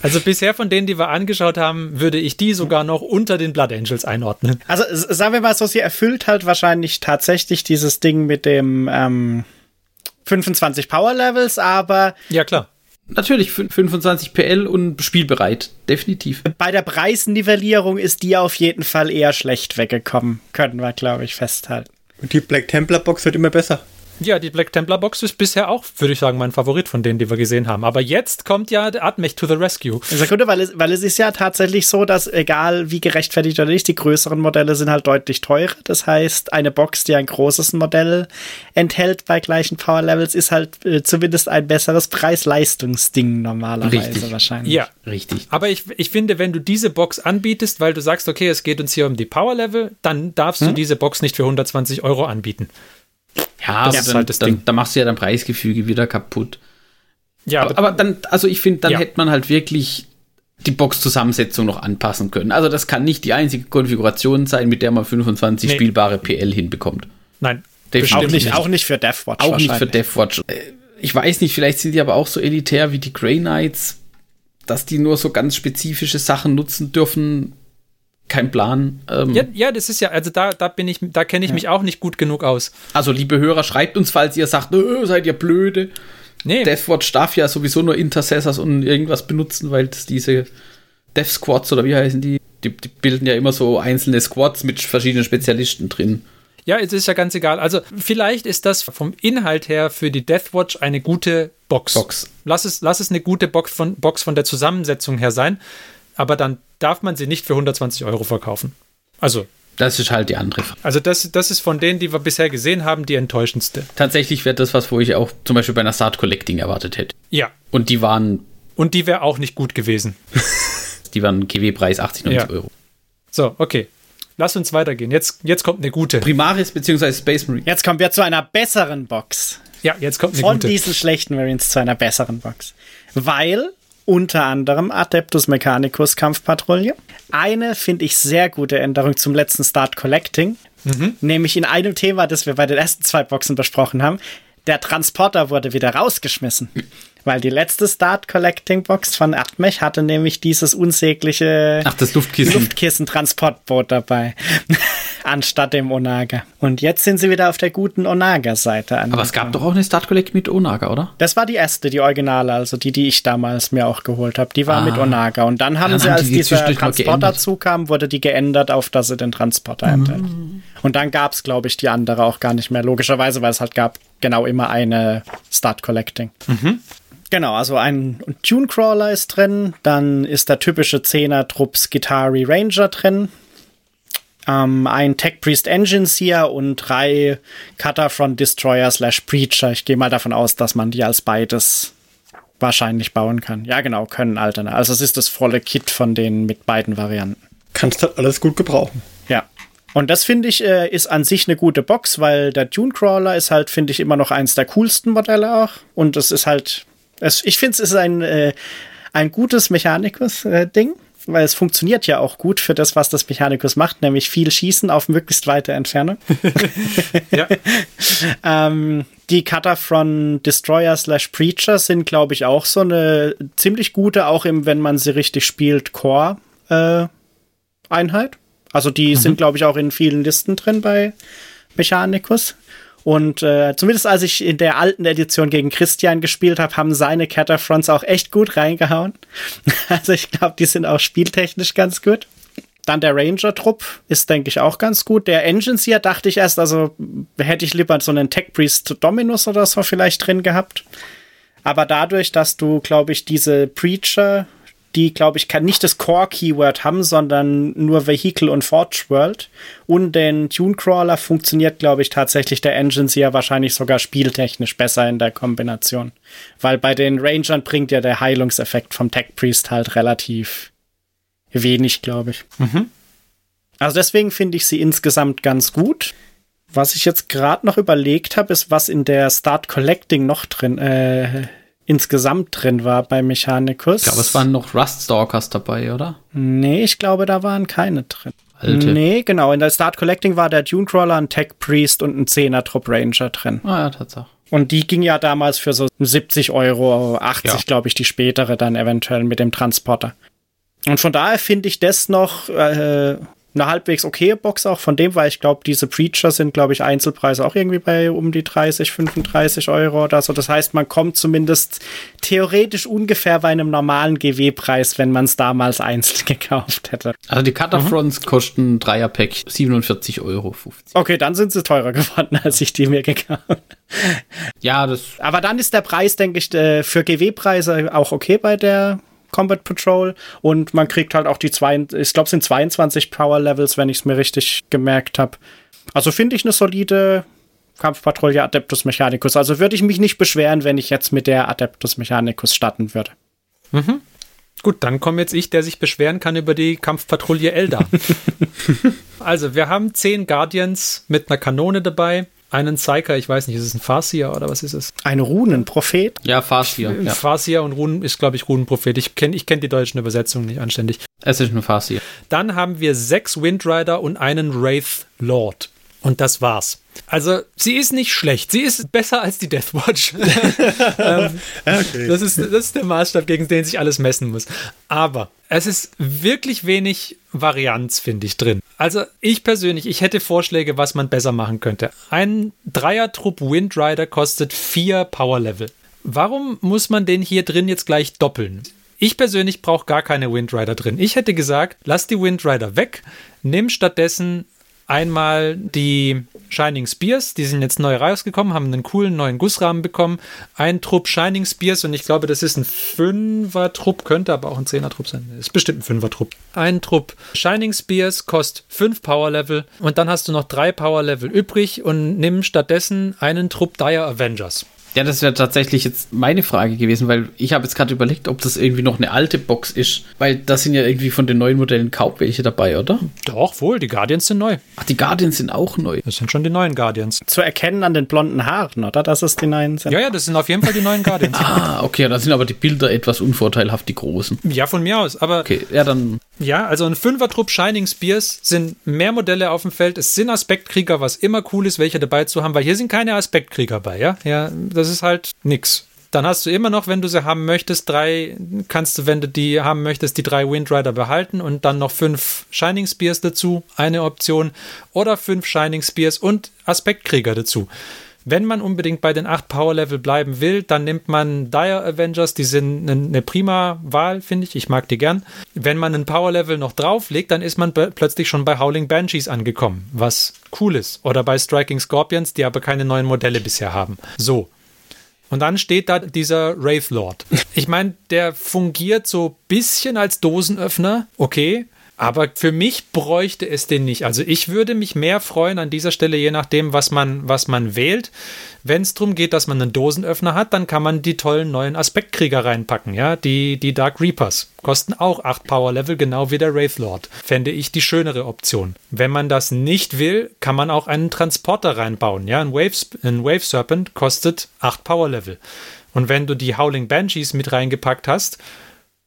Also bisher von denen, die wir angeschaut haben, würde ich die sogar noch unter den Blood Angels einordnen.
also s- sagen wir mal so, sie erfüllt halt wahrscheinlich tatsächlich dieses Ding mit dem ähm, 25 Power Levels, aber
Ja, klar.
Natürlich fün- 25 PL und spielbereit. Definitiv.
bei der Preisnivellierung ist die auf jeden Fall eher schlecht weggekommen. Können wir, glaube ich, festhalten.
und die Black Templar Box wird immer besser.
Ja, die Black Templar Box ist bisher auch, würde ich sagen, mein Favorit von denen, die wir gesehen haben. Aber jetzt kommt ja der Admech to the Rescue.
Das ist ja gut, weil es, weil es ist ja tatsächlich so, dass egal wie gerechtfertigt oder nicht, die größeren Modelle sind halt deutlich teurer. Das heißt, eine Box, die ein großes Modell enthält bei gleichen Power Levels, ist halt äh, zumindest ein besseres Preis-Leistungs-Ding normalerweise
Richtig.
wahrscheinlich.
Ja.
Richtig.
Aber ich, ich finde, wenn du diese Box anbietest, weil du sagst, okay, es geht uns hier um die Power Level, dann darfst du diese Box nicht für 120 Euro anbieten.
Ja,
Das
aber
ist
dann,
halt das
dann,
Ding.
dann machst du ja dein Preisgefüge wieder kaputt.
Ja,
Aber, aber dann, also ich finde, dann
Ja.
hätte man halt wirklich die Box-Zusammensetzung noch anpassen können. Also das kann nicht die einzige Konfiguration sein, mit der man 25
Nee.
spielbare PL hinbekommt.
nein.
Definitiv
Auch
bestimmt
nicht, auch nicht für Deathwatch
Auch nicht für
wahrscheinlich.
Deathwatch. Äh, Ich weiß nicht, vielleicht sind die aber auch so elitär wie die Grey Knights, dass die nur so ganz spezifische Sachen nutzen dürfen. Kein Plan. Ähm,
Ja, ja, das ist ja, also da, da bin ich, da kenne ich mich auch nicht gut genug aus.
Also, liebe Hörer, schreibt uns, falls ihr sagt, "Nö, seid ihr blöde.
Nee,
Deathwatch darf ja sowieso nur Intercessors und irgendwas benutzen, weil das diese Death Squads oder wie heißen die? die? Die bilden ja immer so einzelne Squads mit verschiedenen Spezialisten drin.
Ja, es ist ja ganz egal. Also vielleicht ist das vom Inhalt her für die Deathwatch eine gute Box.
Box.
Lass es, lass es eine gute Box von, Box von der Zusammensetzung her sein, aber dann darf man sie nicht für 120 Euro verkaufen. Also,
Das ist halt die andere Frage.
also das, das ist von denen, die wir bisher gesehen haben, die enttäuschendste.
Tatsächlich wäre das was, wo ich auch zum Beispiel bei einer Start Collecting erwartet hätte.
Ja.
Und die waren,
Und die wäre auch nicht gut gewesen.
die waren GW-Preis 80, 90
Ja.
Euro.
So, okay. Lass uns weitergehen. Jetzt, jetzt kommt eine gute.
Primaris bzw. Space Marine.
Jetzt kommen wir zu einer besseren Box.
Ja, jetzt kommt eine
von
gute.
diesen schlechten Marines zu einer besseren Box. Weil unter anderem Adeptus Mechanicus Kampfpatrouille. Eine finde ich sehr gute Änderung zum letzten Start Collecting.
Mhm.
Nämlich in einem Thema, das wir bei den ersten zwei Boxen besprochen haben. Der Transporter wurde wieder rausgeschmissen. Weil die letzte Start Collecting Box von Admech hatte nämlich dieses unsägliche
Ach, das Luftkissen.
Luftkissen-Transportboot dabei. Anstatt dem Onaga. Und jetzt sind sie wieder auf der guten Onaga-Seite.
Aber es gab doch auch eine Start Collect mit Onaga, oder?
Das war die erste, die Originale, also die, die ich damals mir auch geholt habe. Die war
Ah.
mit Onaga. Und dann haben
Dann
sie,
haben
als
die die
dieser
zwischendurch mal
Transporter
geändert.
zukam, wurde die geändert, auf dass sie den Transporter enthält. Und dann gab es, glaube ich, die andere auch gar nicht mehr. Logischerweise, weil es halt gab genau immer eine Start Collecting.
Mhm.
Genau, also ein Tunecrawler ist drin, dann ist der typische Zehner-Trupps Guitari Ranger drin, ähm, ein Tech Priest Engineer und drei Cutter from Destroyer slash Preacher. Ich gehe mal davon aus, dass man die als beides wahrscheinlich bauen kann. Ja, genau, können alterne. Also es ist das volle Kit von denen mit beiden Varianten.
Kannst halt alles gut gebrauchen.
Ja. Und das finde ich äh, ist an sich eine gute Box, weil der Tunecrawler ist halt finde ich immer noch eins der coolsten Modelle auch und es ist halt Es, ich finde, es ist ein, äh, ein gutes Mechanikus-Ding, weil es funktioniert ja auch gut für das, was das Mechanikus macht, nämlich viel Schießen auf möglichst weite Entfernung.
Ja.
Ähm, die Cutter von Destroyer slash Preacher sind, glaube ich, auch so eine ziemlich gute, auch im, wenn man sie richtig spielt, äh, Core-Einheit. also die sind, glaube ich, auch in vielen Listen drin bei Mechanicus. Und äh, zumindest als ich in der alten Edition gegen Christian gespielt habe, haben seine Catafronts auch echt gut reingehauen. Also ich glaube, die sind auch spieltechnisch ganz gut. Dann der Ranger-Trupp ist, denke ich, auch ganz gut. Der Engines hier dachte ich erst, also hätte ich lieber so einen Tech Priest Dominus oder so vielleicht drin gehabt. Aber dadurch, dass du, glaube ich, diese Preacher, die, glaube ich, kann nicht das Core-Keyword haben, sondern nur Vehicle und Forge World und den Tunecrawler funktioniert, glaube ich, tatsächlich der Engines hier wahrscheinlich sogar spieltechnisch besser in der Kombination. Weil bei den Rangern bringt ja der Heilungseffekt vom Tech Priest halt relativ wenig, glaube ich.
Mhm.
Also deswegen finde ich sie insgesamt ganz gut. Was ich jetzt gerade noch überlegt habe, ist, was in der Start Collecting noch drin, äh, insgesamt drin war bei Mechanicus.
Ich glaube, es waren noch Ruststalkers dabei, oder?
Nee, ich glaube, da waren keine drin.
Alte.
Nee, genau. In der Start Collecting war der Dunecrawler, ein Tech Priest und ein 10er Trupp Ranger drin.
Ah ja, Tatsache.
Und die ging ja damals für so 70 Euro, 80,
Ja.
glaube ich, die spätere dann eventuell mit dem Transporter. Und von daher finde ich das noch äh, eine halbwegs okaye Box auch von dem, weil ich glaube, diese Preacher sind, glaube ich, Einzelpreise auch irgendwie bei um die 30, 35 Euro oder so. Das heißt, man kommt zumindest theoretisch ungefähr bei einem normalen GW-Preis, wenn man es damals einzeln gekauft hätte.
Also die Cutterfronts kosten ein Dreierpack 47,50 Euro.
Okay, dann sind sie teurer geworden, als ich die mir gekauft habe.
Ja, das
Aber dann ist der Preis, denke ich, äh, für GW-Preise auch okay bei der Combat Patrol. Und man kriegt halt auch die zwei, ich glaube, es sind 22 Power Levels, wenn ich es mir richtig gemerkt habe. Also finde ich eine solide Kampfpatrouille Adeptus Mechanicus. Also würde ich mich nicht beschweren, wenn ich jetzt mit der Adeptus Mechanicus starten würde.
Gut, dann komme jetzt ich, der sich beschweren kann über die Kampfpatrouille Elder. also, wir haben zehn Guardians mit einer Kanone dabei, einen Psyker, ich weiß nicht, ist es ein Farsier oder was ist es?
Ein Runenprophet.
ja, Farsier. Ja.
Farsier und Runen ist, glaube ich, Runenprophet. Ich kenne ich kenn die deutschen Übersetzungen nicht anständig.
Es ist nur Farsier.
Dann haben wir sechs Windrider und einen Wraith Lord. Und das war's. Also, sie ist nicht schlecht. Sie ist besser als die Death Watch.
Okay.
Das ist, das ist der Maßstab, gegen den sich alles messen muss. Aber es ist wirklich wenig Varianz, finde ich, drin. Also ich persönlich, ich hätte Vorschläge, was man besser machen könnte. Ein Dreier-Trupp Windrider kostet vier Power-Level. Warum muss man den hier drin jetzt gleich doppeln? Ich persönlich brauche gar keine Windrider drin. Ich hätte gesagt, lass die Windrider weg, nimm stattdessen Einmal die Shining Spears, die sind jetzt neu rausgekommen, haben einen coolen neuen Gussrahmen bekommen. Ein Trupp Shining Spears und ich glaube, das ist ein Fünfer-Trupp, könnte aber auch ein Zehner-Trupp sein. Ist bestimmt ein Fünfer-Trupp. Ein Trupp Shining Spears kostet fünf Power-Level und dann hast du noch drei Power-Level übrig und nimm stattdessen einen Trupp Dire Avengers.
Ja, das wäre tatsächlich jetzt meine Frage gewesen, weil ich habe jetzt gerade überlegt, ob das irgendwie noch eine alte Box ist, weil da sind ja irgendwie von den neuen Modellen kaum welche dabei, oder?
Doch, wohl, die Guardians sind neu.
Ach, die Guardians sind auch neu.
Das sind schon die neuen Guardians.
Zu erkennen an den blonden Haaren, oder? Das ist die neuen sind.
Ja, ja, das sind auf jeden Fall die neuen Guardians.
Ah, okay, da sind aber die Bilder etwas unvorteilhaft, die großen.
Ja, von mir aus, aber
Okay, ja, dann
Ja, also ein Fünfertrupp Shining Spears sind mehr Modelle auf dem Feld. Es sind Aspektkrieger, was immer cool ist, welche dabei zu haben, weil hier sind keine Aspektkrieger bei, ja? Ja, das ist halt nix. Dann hast du immer noch, wenn du sie haben möchtest, drei, kannst du, wenn du die haben möchtest, die drei Windrider behalten und dann noch fünf Shining Spears dazu, eine Option, oder fünf Shining Spears und Aspektkrieger dazu. Wenn man unbedingt bei den 8 Power Level bleiben will, dann nimmt man Dire Avengers, die sind eine ne prima Wahl, finde ich. Ich mag die gern. Wenn man ein Power Level noch drauflegt, dann ist man be- plötzlich schon bei Howling Banshees angekommen, was cool ist. Oder bei Striking Scorpions, die aber keine neuen Modelle bisher haben. So. Und dann steht da dieser Wraith Lord. Ich meine, der fungiert so ein bisschen als Dosenöffner, okay. Aber für mich bräuchte es den nicht. Also ich würde mich mehr freuen an dieser Stelle, je nachdem, was man, was man wählt. Wenn es darum geht, dass man einen Dosenöffner hat, dann kann man die tollen neuen Aspektkrieger reinpacken, ja. Die, die Dark Reapers. Kosten auch 8 Power Level, genau wie der Wraith Lord. Fände ich die schönere Option. Wenn man das nicht will, kann man auch einen Transporter reinbauen. Ja, ein Wave, ein Wave Serpent kostet 8 Power Level. Und wenn du die Howling Banshees mit reingepackt hast,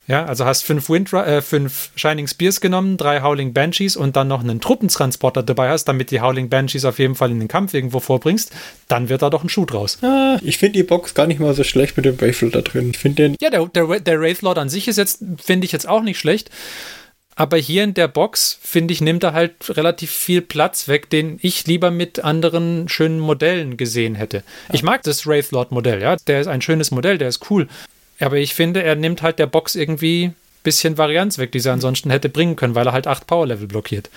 ja, also hast fünf, Wind, äh, fünf Shining Spears genommen, drei Howling Banshees und dann noch einen Truppentransporter dabei hast, damit die Howling Banshees auf jeden Fall in den Kampf irgendwo vorbringst, dann wird da doch ein Schuh draus.
Ah, ich finde die Box gar nicht mal so schlecht mit dem Waffel da drin. Ich finde den.
Ja, der, der, der Wraith Lord an sich ist jetzt, finde ich jetzt auch nicht schlecht. Aber hier in der Box, finde ich, nimmt er halt relativ viel Platz weg, den ich lieber mit anderen schönen Modellen gesehen hätte. Ich mag das Wraith Lord Modell, ja. Der ist ein schönes Modell, der ist cool. Aber ich finde, er nimmt halt der Box irgendwie ein bisschen Varianz weg, die sie ansonsten hätte bringen können, weil er halt 8 Power Level blockiert.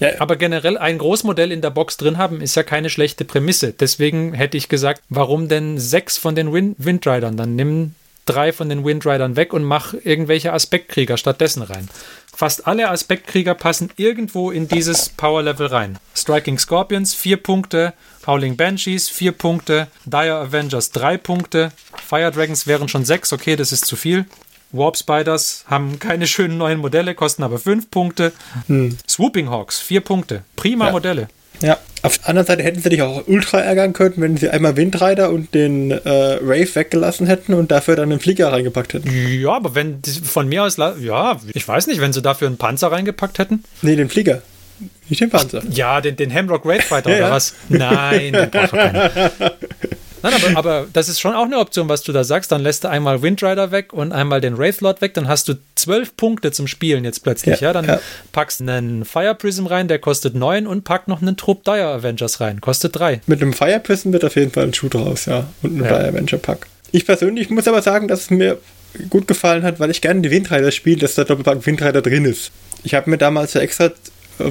Ja.
Aber generell ein Großmodell in der Box drin haben, ist ja keine schlechte Prämisse. Deswegen hätte ich gesagt, warum denn sechs von den Win Windridern? Dann nimm drei von den Windridern weg und mach irgendwelche Aspektkrieger stattdessen rein. Fast alle Aspektkrieger passen irgendwo in dieses Power Level rein. Striking Scorpions 4 Punkte, Howling Banshees 4 Punkte, Dire Avengers 3 Punkte, Fire Dragons wären schon 6, okay, das ist zu viel. Warp Spiders haben keine schönen neuen Modelle, kosten aber 5 Punkte. Hm. Swooping Hawks 4 Punkte, prima
Ja.
Modelle.
Ja. Auf der anderen Seite hätten sie dich auch ultra ärgern können, wenn sie einmal Windrider und den äh, Wraith weggelassen hätten und dafür dann einen Flieger reingepackt hätten.
Ja, aber wenn die- von mir aus, la- ja, ich weiß nicht, wenn sie dafür einen Panzer reingepackt hätten.
Nee, den Flieger. Nicht den Panzer.
Ja, den, den Hamrock Raid Fighter
Ja,
oder
ja.
was? Nein, den braucht doch keiner. Nein, aber, aber das ist schon auch eine Option, was du da sagst. Dann lässt du einmal Windrider weg und einmal den Wraith Lord weg, dann hast du zwölf Punkte zum Spielen jetzt plötzlich. Ja,
Ja,
dann
ja.
packst einen Fire Prism rein, der kostet neun und pack noch einen Trupp Dire Avengers rein, kostet drei.
Mit einem Fire Prison wird auf jeden Fall ein Schuh draus, ja. Und ein
Ja.
ja. Adventure Pack. Ich persönlich muss aber sagen, dass es mir gut gefallen hat, weil ich gerne die Windrider spiele, dass der Doppelpack Windrider drin ist. Ich habe mir damals ja extra, äh,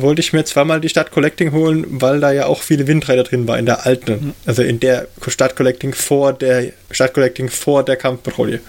wollte ich mir zweimal die Stadt Collecting holen, weil da ja auch viele Windrider drin war in der alten. Also in der Stadt Collecting vor der Stadt Collecting vor der Kampfpatrouille.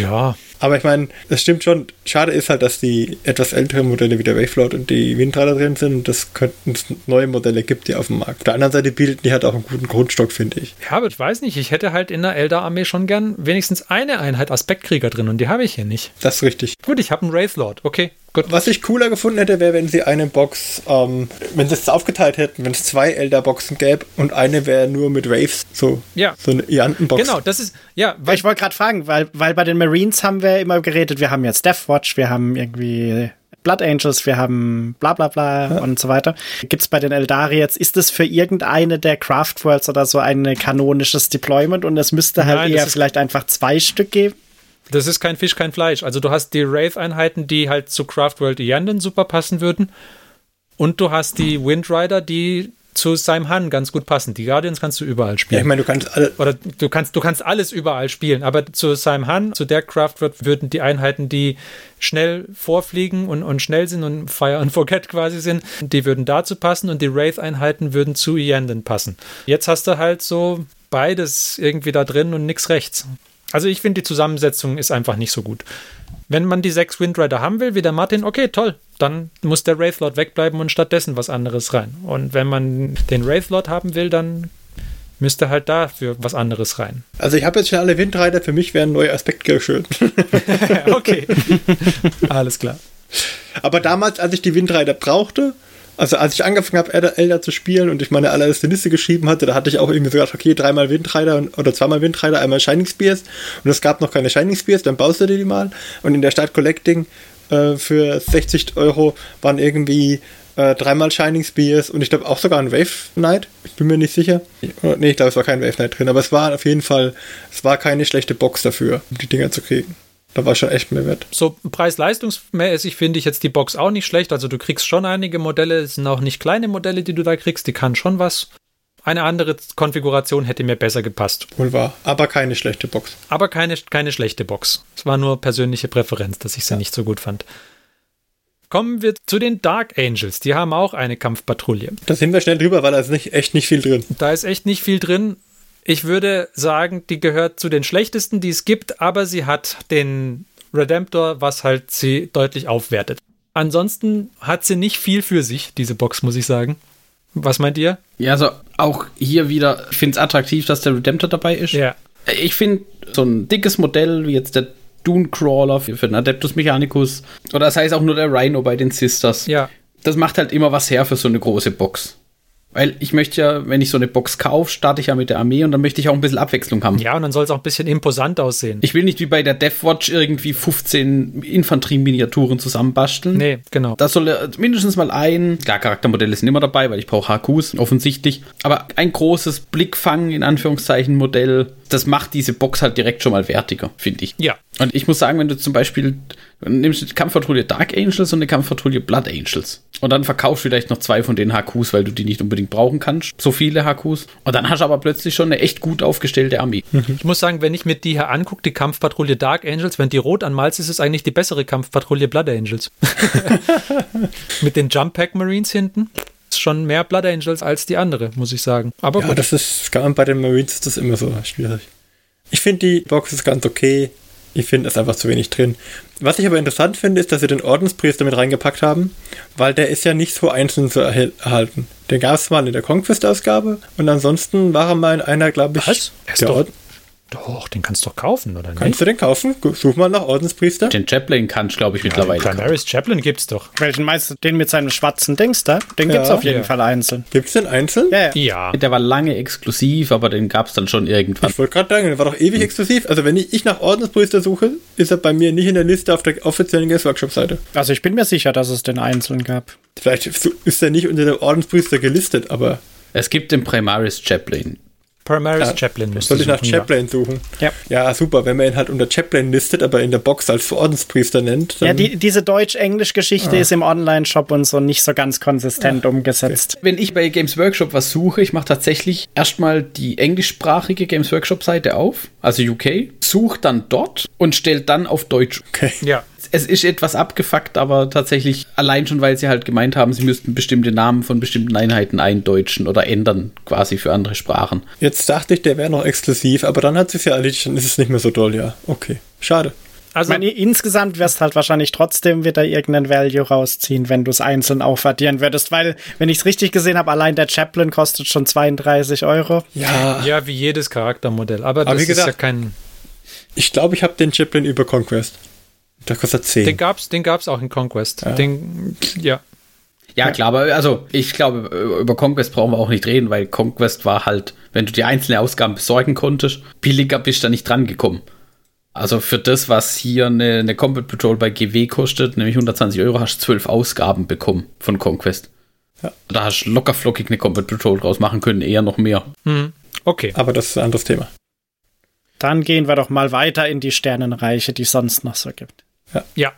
Ja.
Aber ich meine, es stimmt schon. Schade ist halt, dass die etwas älteren Modelle wie der Wavelord und die Windrider drin sind. Und das könnten es neue Modelle gibt, die auf dem Markt. Auf der anderen Seite bilden die halt auch einen guten Grundstock, finde ich.
Ja, aber ich weiß nicht, ich hätte halt in der Elder-Armee schon gern wenigstens eine Einheit Aspektkrieger drin und die habe ich hier nicht.
Das ist richtig.
Gut, ich habe einen Wraith Lord. Okay, gut.
Was ich cooler gefunden hätte, wäre, wenn sie eine Box, ähm, wenn sie es aufgeteilt hätten, wenn es zwei Elder-Boxen gäbe und eine wäre nur mit Waves. So,
Ja.
so eine Iantenbox.
Genau, das ist, ja,
Weil ich wollte gerade fragen, weil, weil bei den Marines haben wir immer geredet, wir haben jetzt Deathwatch, wir haben irgendwie Blood Angels, wir haben bla bla bla und so weiter. Gibt's bei den Eldari jetzt, ist es für irgendeine der Craft Worlds oder so ein kanonisches Deployment und es müsste halt
Nein, das
eher
ist-
vielleicht einfach zwei Stück geben?
Das ist kein Fisch, kein Fleisch. Also du hast die Wraith-Einheiten, die halt zu Craftworld Yanden super passen würden. Und du hast die Windrider, die zu Simhan ganz gut passen. Die Guardians kannst du überall
Ja,
spielen.
ich meine, du kannst alle.
Oder du kannst, du kannst alles überall spielen, aber zu Simhan, zu der Craftworld würden die Einheiten, die schnell vorfliegen und, und schnell sind und Fire and Forget quasi sind, die würden dazu passen und die Wraith-Einheiten würden zu Yanden passen. Jetzt hast du halt so beides irgendwie da drin und nix rechts. Also ich finde, die Zusammensetzung ist einfach nicht so gut. Wenn man die sechs Windrider haben will, wie der Martin, okay, toll, dann muss der Wraithlord wegbleiben und stattdessen was anderes rein. Und wenn man den Wraithlord haben will, dann müsste halt dafür was anderes rein.
Also, ich habe jetzt schon alle Windrider. Für mich wäre ein neuer Aspekt schön.
okay. Alles klar.
Aber damals, als ich die Windrider brauchte, also als ich angefangen habe, Elder, Elder zu spielen und ich meine allererste Liste geschrieben hatte, da hatte ich auch irgendwie so gedacht, okay, dreimal Windrider und, oder zweimal Windrider, einmal Shining Spears und es gab noch keine Shining Spears, dann baust du dir die mal und in der Stadt Collecting äh, für 60 Euro waren irgendwie äh, dreimal Shining Spears und ich glaube auch sogar ein Wave Knight, ich bin mir nicht sicher. Oder, nee, ich glaube, es war kein Wave Knight drin, aber es war auf jeden Fall, es war keine schlechte Box dafür, um die Dinger zu kriegen. Da war schon echt mehr wert.
So preis-leistungsmäßig finde ich jetzt die Box auch nicht schlecht. Also du kriegst schon einige Modelle, es sind auch nicht kleine Modelle, die du da kriegst, die kann schon was. Eine andere Konfiguration hätte mir besser gepasst.
Wohl war, aber keine schlechte Box.
Aber keine, keine schlechte Box. Es war nur persönliche Präferenz, dass ich sie nicht so gut fand. Kommen wir zu den Dark Angels. Die haben auch eine Kampfpatrouille.
Da sind wir schnell drüber, weil da ist nicht, echt nicht viel drin.
Da ist echt nicht viel drin. Ich würde sagen, die gehört zu den schlechtesten, die es gibt, aber sie hat den Redemptor, was halt sie deutlich aufwertet. Ansonsten hat sie nicht viel für sich, diese Box, muss ich sagen. Was meint ihr?
Ja, also auch hier wieder, ich finde es attraktiv, dass der Redemptor dabei ist.
Ja.
Ich finde so ein dickes Modell wie jetzt der Dune Crawler für für den Adeptus Mechanicus oder das heißt auch nur der Rhino bei den Sisters.
Ja.
Das macht halt immer was her für so eine große Box. Weil ich möchte ja, wenn ich so eine Box kaufe, starte ich ja mit der Armee und dann möchte ich auch ein bisschen Abwechslung haben.
Ja, und dann soll es auch ein bisschen imposant aussehen.
Ich will nicht wie bei der Deathwatch irgendwie 15 Infanterie-Miniaturen zusammenbasteln.
nee, genau.
Da soll äh, mindestens mal ein, klar, Charaktermodelle sind immer dabei, weil ich brauche HQs, offensichtlich. Aber ein großes Blickfang, in Anführungszeichen, Modell, das macht diese Box halt direkt schon mal wertiger, finde ich.
Ja.
Und ich muss sagen, wenn du zum Beispiel nimmst eine Kampfpatrouille Dark Angels und eine Kampfpatrouille Blood Angels und dann verkaufst du vielleicht noch zwei von den HQs, weil du die nicht unbedingt brauchen kannst, so viele HQs. Und dann hast du aber plötzlich schon eine echt gut aufgestellte Armee.
Ich muss sagen, wenn ich mir die hier angucke, die Kampfpatrouille Dark Angels, wenn die rot anmalst, ist es eigentlich die bessere Kampfpatrouille Blood Angels. Mit den Jump Pack Marines hinten ist schon mehr Blood Angels als die andere, muss ich sagen. Aber
Ja,
gut.
das ist, gerade bei den Marines ist das immer so schwierig. Ich finde die Box ist ganz okay. Ich finde, es ist einfach zu wenig drin. Was ich aber interessant finde, ist, dass sie den Ordenspriester mit reingepackt haben, weil der ist ja nicht so einzeln zu erhel- erhalten. Den gab es mal in der Conquest-Ausgabe und ansonsten war er mal in einer, glaube ich.
Was? Er ist
Der
doch-
Ord
Doch, den kannst du doch kaufen, oder
Kannst
nicht?
du den kaufen? Gu- Such mal nach Ordenspriester.
Den Chaplain kannst, glaube ich, mittlerweile.
Primaris Chaplain gibt's doch.
Welchen meinst du? Den mit seinem schwarzen Dings da? Den gibt's
Ja.
auf jeden
Ja.
Fall einzeln.
Gibt es den einzeln?
Ja, ja.
Ja.
Der war lange exklusiv, aber den gab es dann schon irgendwann.
Ich wollte gerade sagen, der war doch
Hm.
ewig exklusiv. Also wenn ich, ich nach Ordenspriester suche, ist er bei mir nicht in der Liste auf der offiziellen Games Workshop-Seite.
Also ich bin mir sicher, dass es den einzeln gab.
Vielleicht ist er nicht unter dem Ordenspriester gelistet, aber
Es gibt den Primaris Chaplain.
Primaris
Ja,
Chaplain müsste
sollte ich nach
suchen,
Chaplain suchen.
Ja.
ja, super. Wenn man ihn halt unter Chaplain listet, aber in der Box als Ordenspriester nennt, dann
Ja, die, diese Deutsch-Englisch-Geschichte ist im Online-Shop und so nicht so ganz konsistent umgesetzt.
Wenn ich bei Games Workshop was suche, ich mache tatsächlich erstmal die englischsprachige Games Workshop-Seite auf, also UK, suche dann dort und stelle dann auf Deutsch.
okay.
Ja. ja.
Es ist etwas abgefuckt, aber tatsächlich allein schon, weil sie halt gemeint haben, sie müssten bestimmte Namen von bestimmten Einheiten eindeutschen oder ändern, quasi für andere Sprachen.
Jetzt dachte ich, der wäre noch exklusiv, aber dann hat sich ja erledigt, dann ist es nicht mehr so doll, ja. Okay. Schade.
Ich
Also,
meine, insgesamt wirst halt wahrscheinlich trotzdem wieder irgendeinen Value rausziehen, wenn du es einzeln aufaddieren würdest, weil, wenn ich es richtig gesehen habe, allein der Chaplain kostet schon 32 Euro.
Ja,
ja, wie jedes Charaktermodell. Aber,
Aber
das
wie
ist ja
gesagt-
kein.
ich glaube, ich habe den Chaplain über Conquest. Da kostet 10.
Den gab's, den gab's auch in Conquest. Den, ja.
Ja, klar, aber also ich glaube, über- über Conquest brauchen wir auch nicht reden, weil Conquest war halt, wenn du die einzelnen Ausgaben besorgen konntest, billiger bist du da nicht dran gekommen. Also für das, was hier eine, eine Combat Patrol bei GW kostet, nämlich 120 Euro, hast du zwölf Ausgaben bekommen von Conquest. Da hast du locker flockig eine Combat Patrol draus machen können, eher noch mehr.
Hm. Okay.
Aber das ist ein anderes Thema.
Dann gehen wir doch mal weiter in die Sternenreiche, die es sonst noch so gibt.
Ja.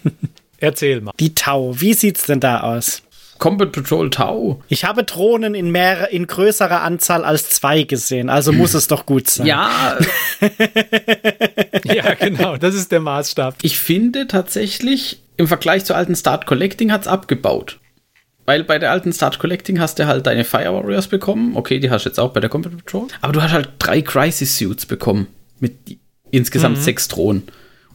Erzähl mal.
Die Tau, wie sieht's denn da aus?
Combat Patrol Tau.
Ich habe Drohnen in mehr, in größerer Anzahl als zwei gesehen, also muss es doch gut sein.
Ja,
Ja, genau. Das ist der Maßstab.
ich finde tatsächlich, im Vergleich zur alten Start Collecting hat's abgebaut. Weil bei der alten Start Collecting hast du halt deine Fire Warriors bekommen. Okay, die hast du jetzt auch bei der Combat Patrol. Aber du hast halt drei Crisis Suits bekommen. Mit die- insgesamt sechs Drohnen.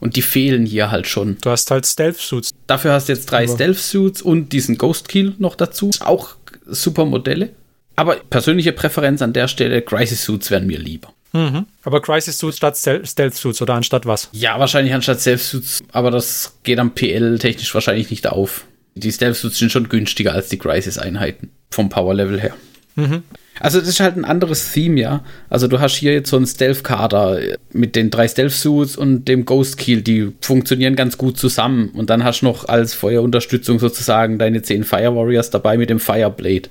Und die fehlen hier halt schon.
Du hast halt Stealth-Suits.
Dafür hast du jetzt drei Stealth Suits und diesen Ghost Kill noch dazu. Auch super Modelle. Aber persönliche Präferenz an der Stelle, Crisis Suits wären mir lieber.
Mhm. Aber Crisis-Suits statt Steal- Stealth-Suits oder anstatt was?
Ja, wahrscheinlich anstatt Stealth-Suits, aber das geht am PL technisch wahrscheinlich nicht auf. Die Stealth-Suits sind schon günstiger als die Crisis-Einheiten vom Power-Level her. Also das ist halt ein anderes Theme, ja. Also du hast hier jetzt so einen Stealth-Kader äh, mit den drei Stealth-Suits und dem Ghost-Kill, die funktionieren ganz gut zusammen. Und dann hast du noch als Feuerunterstützung sozusagen deine zehn Fire-Warriors dabei mit dem Fireblade.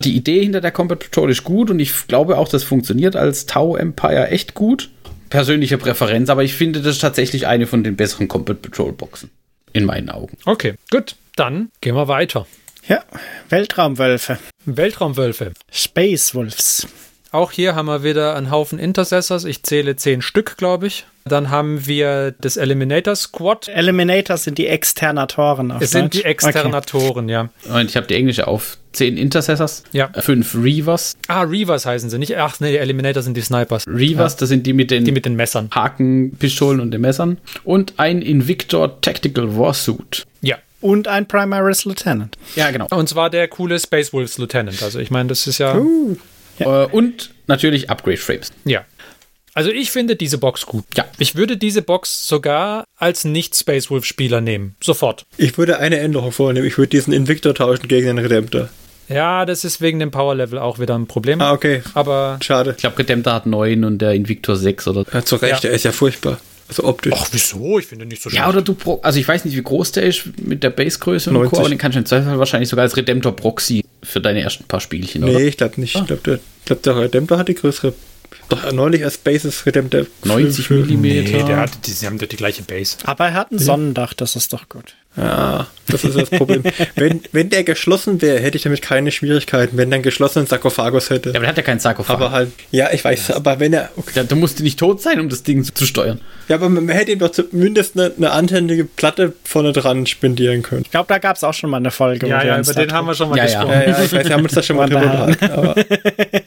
Die Idee hinter der Combat Patrol ist gut und ich glaube auch, das funktioniert als Tau Empire echt gut. Persönliche Präferenz, aber ich finde das ist tatsächlich eine von den besseren Combat Patrol Boxen. In meinen Augen.
Okay, gut. Dann gehen wir weiter.
ja. Weltraumwölfe.
Weltraumwölfe.
Space Wolves.
Auch hier haben wir wieder einen Haufen Intercessors. Ich zähle zehn Stück, glaube ich. Dann haben wir das Eliminator Squad.
Eliminators sind die Externatoren. Auf
Es sind
Deutsch.
die Externatoren, ja.
Und ich habe die englische auf. Zehn Intercessors,
Ja.
fünf Reavers.
Ah, Reavers heißen sie nicht. Ach nee, die Eliminator sind die Snipers.
Reavers, das sind die mit den,
Die mit den Messern.
Haken, Pistolen und den Messern. Und ein Invictor Tactical Warsuit.
Ja.
Okay. Und ein Primaris Lieutenant.
Ja, genau.
Und zwar der coole Space Wolves Lieutenant. Also ich meine, das ist ja.
Äh, Und natürlich Upgrade Frames.
Ja. Also ich finde diese Box gut.
Ja.
Ich würde diese Box sogar als Nicht-Space Wolf-Spieler nehmen. Sofort.
Ich würde eine Änderung vornehmen. Ich würde diesen Invictor tauschen gegen den Redemptor.
Ja, das ist wegen dem Power-Level auch wieder ein Problem.
Ah, okay.
Aber
Schade.
Ich glaube, Redemptor hat neun und der Invictor sechs oder
Ja, zu Recht,
Ja.
der ist ja furchtbar. Also optisch.
Ach, wieso? Ich finde nicht so schlimm.
Ja, oder du, pro- also ich weiß nicht, wie groß der ist mit der Basegröße und Co.,
90.
aber den kannst du im Zweifel wahrscheinlich sogar als Redemptor-Proxy für deine ersten paar Spielchen,
nee,
oder?
ich glaube nicht. Ich glaube, der, ich glaub, der Redemptor hat die größere. Doch, neulich als Basis Redemptor.
90 Millimeter.
die, sie haben doch die gleiche Base.
Aber er hat ein Sonnendach, das ist doch gut.
Ja, das ist das Problem. wenn, wenn der geschlossen wäre, hätte ich damit keine Schwierigkeiten, wenn der einen geschlossenen Sarkophagus hätte.
Ja, aber der hat ja keinen Sarkophag.
aber halt, ja, ich weiß, aber wenn er. Okay.
ja, du musst nicht tot sein, um das Ding zu steuern.
Ja, aber man hätte ihm doch zumindest eine, eine anständige Platte vorne dran spendieren können.
Ich glaube, da gab es auch schon mal eine Folge.
Ja,
wo wir
ja,
uns
über
da
den haben wir schon mal
Ja, ja.
gesprochen.
Ja, ja, ich weiß, wir haben uns da schon mal drüber unterhalten. Aber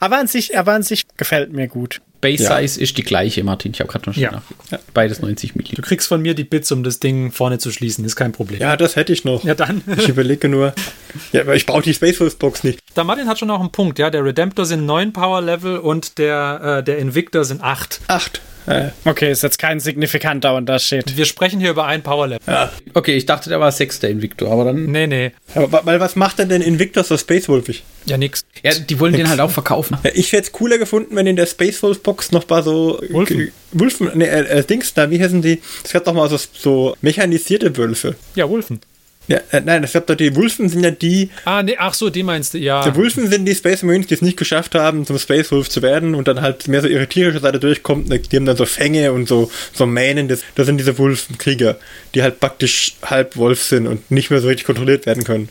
Aber an sich, aber an sich gefällt mir gut.
Base
Ja.
Size ist die gleiche, Martin. Ich habe gerade noch schnell
Ja.
nachgeguckt. Beides 90 Millimeter.
Du kriegst von mir die Bits, um das Ding vorne zu schließen. Ist kein Problem.
ja, das hätte ich noch.
Ja, dann.
Ich überlege nur. Ja, aber ich brauche die Space Wolf Box nicht.
Der Martin hat schon auch einen Punkt, ja. Der Redemptor sind 9 Power Level und der, äh, der Invictor sind 8.
Acht. Äh,
Okay, ist jetzt kein signifikanter Unterschied.
Wir sprechen hier über ein Power Level.
Okay, ich dachte, der war sechs, der Invictor, aber dann...
Nee, nee.
aber wa- weil was macht denn denn Invictus so Space Wolfig?
Ja, nix.
Ja, die wollen den halt auch verkaufen.
Ja, ich hätte es cooler gefunden, wenn in der Space Wolf Box noch mal so äh,
Wulfen.
G- Wulfen nee, äh, äh, Dings da, wie heißen die? Es gab doch mal so, so mechanisierte Wölfe.
Ja, Wolfen.
Ja, äh, nein, es gab doch die Wulfen sind ja die,
Ah, nee, ach so, die meinst du, ja.
die Wulfen sind die Space Marines, die es nicht geschafft haben, zum Space Wolf zu werden und dann halt mehr so ihre tierische Seite durchkommt. ne, Die haben dann so Fänge und so so Mähnen. Das, das sind diese Wulfenkrieger, die halt praktisch halb Wolf sind und nicht mehr so richtig kontrolliert werden können.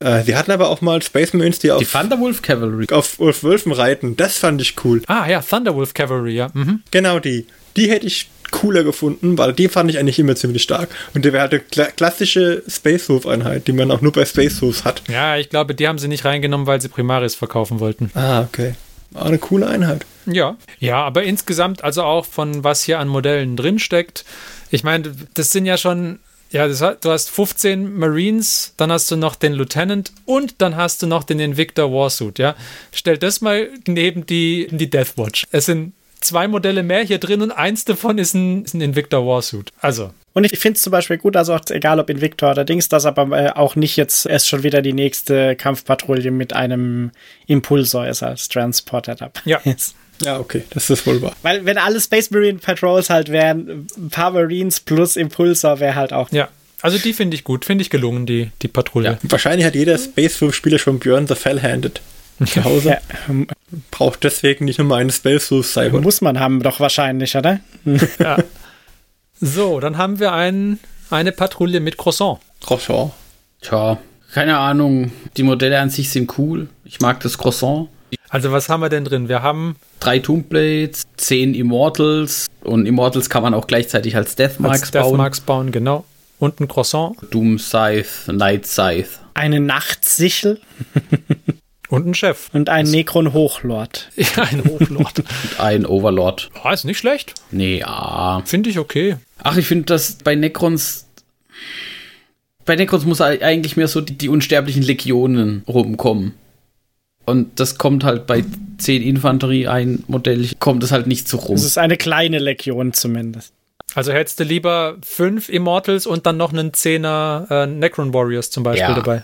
Äh, sie hatten aber auch mal Space Marines, die auf
Die Thunderwolf Cavalry.
auf, auf Wölfen reiten, das fand ich cool.
Ah, ja, Thunderwolf Cavalry, ja. Mhm.
Genau die. Die hätte ich cooler gefunden, weil die fand ich eigentlich immer ziemlich stark. Und der wäre halt eine kla klassische Space Wolf Einheit, die man auch nur bei Space Wolves hat.
Ja, ich glaube, die haben sie nicht reingenommen, weil sie Primaris verkaufen wollten.
Ah, okay. War eine coole Einheit.
Ja. Ja, aber insgesamt, also auch von was hier an Modellen drinsteckt. Ich meine, das sind ja schon. Ja, das, hat- du hast 15 Marines, dann hast du noch den Lieutenant und dann hast du noch den Invictor Warsuit, ja. Stell das mal neben die, die Death Watch. Es sind zwei Modelle mehr hier drin und eins davon ist ein, ist ein Invictor Warsuit. Also,
Und ich finde es zum Beispiel gut, also auch egal ob Invictor oder Dings, dass aber äh, auch nicht jetzt erst schon wieder die nächste Kampfpatrouille mit einem Impulsor ist als Transporter dabei.
Ja.
ist.
Ja, okay, das ist wohl wahr.
Weil wenn alle Space Marine Patrols halt wären, ein paar Marines plus Impulsor wäre halt auch.
ja. Also die finde ich gut, finde ich gelungen, die, die Patrouille.
Wahrscheinlich hat jeder Space Wolf Spieler schon Björn the Fell-Handed zu Hause.
Ja, ähm,
Braucht deswegen nicht nur einen Space Wolf Cyber.
muss man haben doch wahrscheinlich, oder?
So, dann haben wir einen, eine Patrouille mit Croissant.
Rochon.
Tja, keine Ahnung. Die Modelle an sich sind cool. Ich mag das Croissant.
Also was haben wir denn drin? Wir haben
drei Tombblades, zehn Immortals und Immortals kann man auch gleichzeitig als Deathmarks
als
bauen.
Deathmarks bauen, genau. Und ein Croissant
Doom Scythe, Night Scythe.
Eine Nachtsichel
und ein Chef.
und ein Necron Hochlord.
Ja, ein Hochlord.
und Ein Overlord.
ah, ist nicht schlecht.
Nee, ja.
Finde ich okay.
Ach, ich finde das bei Necrons. Bei Necrons muss ei- eigentlich mehr so die, die unsterblichen Legionen rumkommen. Und das kommt halt bei 10 Infanterie ein Modell, kommt es halt nicht so rum.
Es ist eine kleine Legion zumindest.
Also hättest du lieber fünf Immortals und dann noch einen Zehner äh, Necron Warriors zum Beispiel
Ja.
dabei.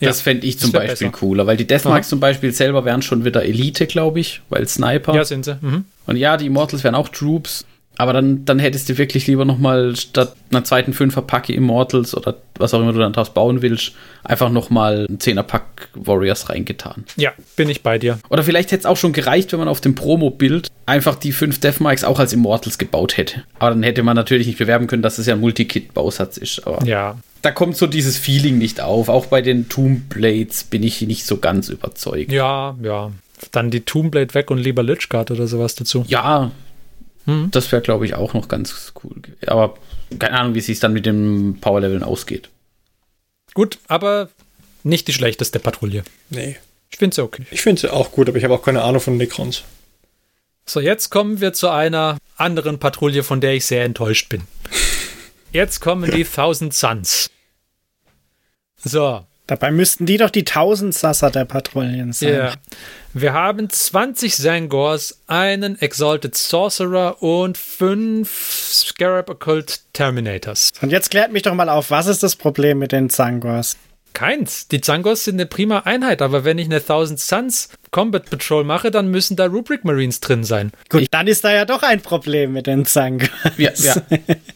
Das fände ich
das
zum
wär
Beispiel
besser.
cooler, weil die Deathmarks zum Beispiel selber wären schon wieder Elite, glaube ich, weil Sniper.
Ja, sind sie. Mhm.
Und ja, die Immortals wären auch Troops, aber dann, dann hättest du wirklich lieber nochmal statt einer zweiten Fünferpacke Immortals oder was auch immer du dann draus bauen willst, einfach nochmal einen Zehnerpack Warriors reingetan.
Ja, bin ich bei dir.
Oder vielleicht hätte es auch schon gereicht, wenn man auf dem Promo-Bild einfach die fünf Deathmarks auch als Immortals gebaut hätte. Aber dann hätte man natürlich nicht bewerben können, dass es ja ein Multikit-Bausatz ist. Aber
Ja.
da kommt so dieses Feeling nicht auf. Auch bei den Tomb Blades bin ich nicht so ganz überzeugt.
Ja, ja. dann die Tombblade weg und lieber Lichguard oder sowas dazu.
Ja,
Hm.
das wäre, glaube ich, auch noch ganz cool. ge- Aber keine Ahnung, wie es sich dann mit den Powerleveln ausgeht.
Gut, aber nicht die schlechteste Patrouille.
Nee.
Ich finde sie okay.
Ich finde sie auch gut, aber ich habe auch keine Ahnung von Necrons.
So, jetzt kommen wir zu einer anderen Patrouille, von der ich sehr enttäuscht bin. Jetzt kommen die Thousand Suns. So,
Dabei müssten die doch die tausend Sasser der Patrouillen sein.
ja. wir haben 20 Zangors, einen Exalted Sorcerer und fünf Scarab Occult Terminators.
Und jetzt klärt mich doch mal auf, was ist das Problem mit den Zangors?
Keins. Die Zangos sind eine prima Einheit, aber wenn ich eine Thousand Suns Combat Patrol mache, dann müssen da Rubric Marines drin sein.
Gut, dann ist da ja doch ein Problem mit den Zangors.
Ja, ja.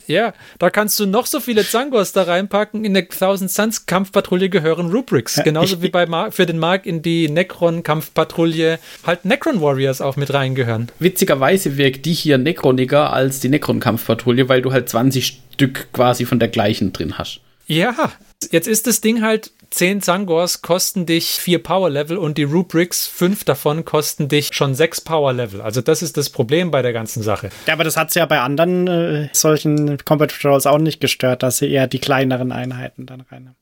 Ja, da kannst du noch so viele Zangos da reinpacken. In der Thousand Suns Kampfpatrouille gehören Rubrics. Genauso wie bei Mar für den Mark in die Necron Kampfpatrouille halt Necron Warriors auch mit reingehören.
Witzigerweise wirkt die hier Necroniger als die Necron-Kampfpatrouille, weil du halt 20 Stück quasi von der gleichen drin hast.
Ja, jetzt ist das Ding halt, 10 Zangors kosten dich 4 Power Level und die Rubrics, 5 davon kosten dich schon 6 Power Level. Also das ist das Problem bei der ganzen Sache.
Ja, aber das hat es ja bei anderen äh, solchen Combat Patrols auch nicht gestört, dass sie eher die kleineren Einheiten dann rein haben.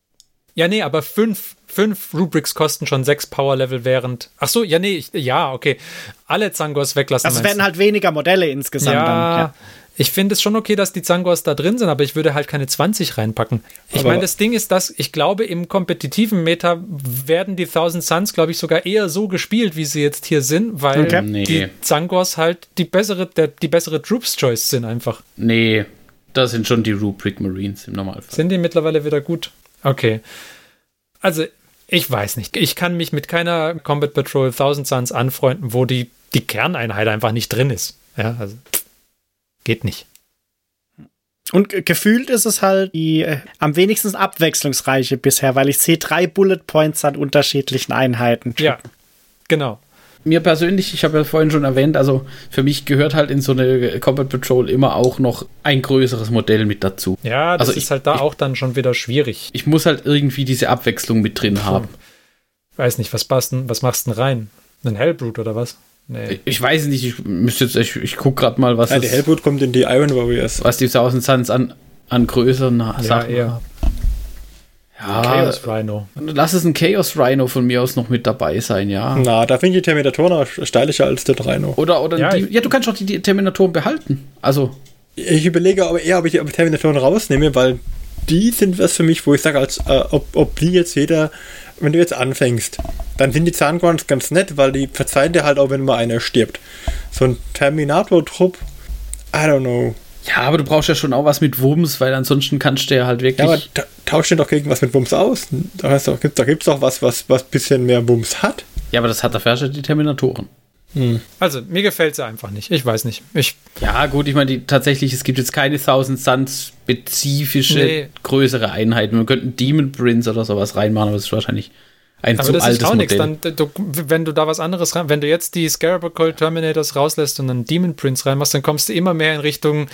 Ja, nee, aber fünf, fünf Rubrics kosten schon sechs Power-Level während. Ach so, ja, nee, ich, ja, okay. Alle Zangors weglassen.
Also es
meinst
werden halt weniger Modelle
du?
insgesamt.
ja,
Dann, ja.
ich finde es schon okay, dass die Zangors da drin sind, aber ich würde halt keine 20 reinpacken. Ich
Aber-
meine, das Ding ist, dass ich glaube, im kompetitiven Meta werden die Thousand Suns, glaube ich, sogar eher so gespielt, wie sie jetzt hier sind, weil
Okay.
Nee.
die Zangors halt die bessere, der, die bessere Troops-Choice sind einfach.
Nee, das sind schon die Rubric Marines im Normalfall.
Sind die mittlerweile wieder gut? Okay. Also, ich weiß nicht. Ich kann mich mit keiner Combat Patrol 1000 Suns anfreunden, wo die, die Kerneinheit einfach nicht drin ist. Ja, also, pff, geht nicht.
Und ge- gefühlt ist es halt die äh, am wenigsten abwechslungsreiche bisher, weil ich sehe drei Bullet Points an unterschiedlichen Einheiten.
Ja, genau.
Mir persönlich, ich habe ja vorhin schon erwähnt, also für mich gehört halt in so eine Combat Patrol immer auch noch ein größeres Modell mit dazu.
Ja, das
Also
ist
ich-
halt da
ich-
auch dann schon wieder schwierig.
Ich muss halt irgendwie diese Abwechslung mit drin haben.
Weiß nicht, was passt denn, was machst denn rein? Einen Hellbrut oder was? Nee.
Ich weiß nicht, ich müsste jetzt, ich, ich guck gerade mal, was,
Ah, der
es,
Hellboot kommt in die Iron Warriors.
was die Thousand Suns an, an größeren
Ja,
Sachen
eher.
haben. Ja,
Chaos Rhino.
lass es ein Chaos Rhino von mir aus noch mit dabei sein, ja.
Na, da finde ich die Terminatoren aber stylischer als den Rhino.
Oder, oder
Ja,
ja, die,
ich-
ja, du kannst auch die- die Terminatoren behalten. Also,
Ich überlege aber eher, ob ich die Terminatoren rausnehme, weil die sind was für mich, wo ich sage, als äh, ob, ob die jetzt jeder, wenn du jetzt anfängst, dann sind die Zahngorns ganz nett, weil die verzeihen dir halt auch, wenn mal einer stirbt. So ein Terminator-Trupp, I don't know.
ja, aber du brauchst ja schon auch was mit Wumms, weil ansonsten kannst du ja halt
Ja,
wirklich.
aber ta tausch den doch gegen was mit Wumms aus. Da, heißt doch, gibt's- da gibt es doch was, was was bisschen mehr Wumms hat.
Ja, aber das hat der Färscher die Terminatoren.
Also, mir gefällt sie einfach nicht. Ich weiß nicht. Ich
Ja, gut, ich meine, die- tatsächlich, es gibt jetzt keine Thousand Suns spezifische
Nee.
größere Einheiten. Wir könnten Demon Prince oder sowas reinmachen, aber das ist wahrscheinlich ein
Aber
zu
das
altes
ist auch nichts.
Modell.
Dann, du, wenn du da was anderes rein, wenn du jetzt die Scarab Cold Terminators rauslässt und dann Demon Prince reinmachst, dann kommst du immer mehr in Richtung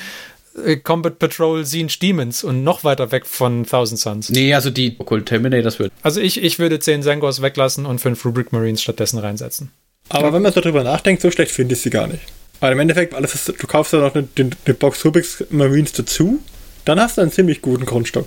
äh, Combat Patrol Siege Demons und noch weiter weg von Thousand Suns.
nee, also die
Oh,
Occult Terminators wird.
Also ich, ich würde 10 Zangors weglassen und 5 Rubric Marines stattdessen reinsetzen.
Aber wenn man so drüber nachdenkt, so schlecht finde ich sie gar nicht. Weil im Endeffekt, alles ist, du kaufst ja noch eine, den- eine Box Rubik's Marines dazu, dann hast du einen ziemlich guten Grundstock.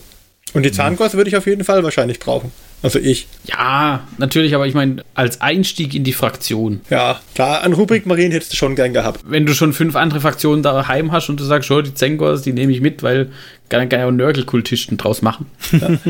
Und die Zahnkost würde ich auf jeden Fall wahrscheinlich brauchen. Also ich.
Ja, natürlich, aber ich meine, als Einstieg in die Fraktion.
Ja, klar, einen Rubrik Marine hättest du schon gern gehabt.
Wenn du schon fünf andere Fraktionen daheim hast und du sagst, oh, die Zengors, die nehme ich mit, weil kann kann ja auch Nörgelkultisten draus machen.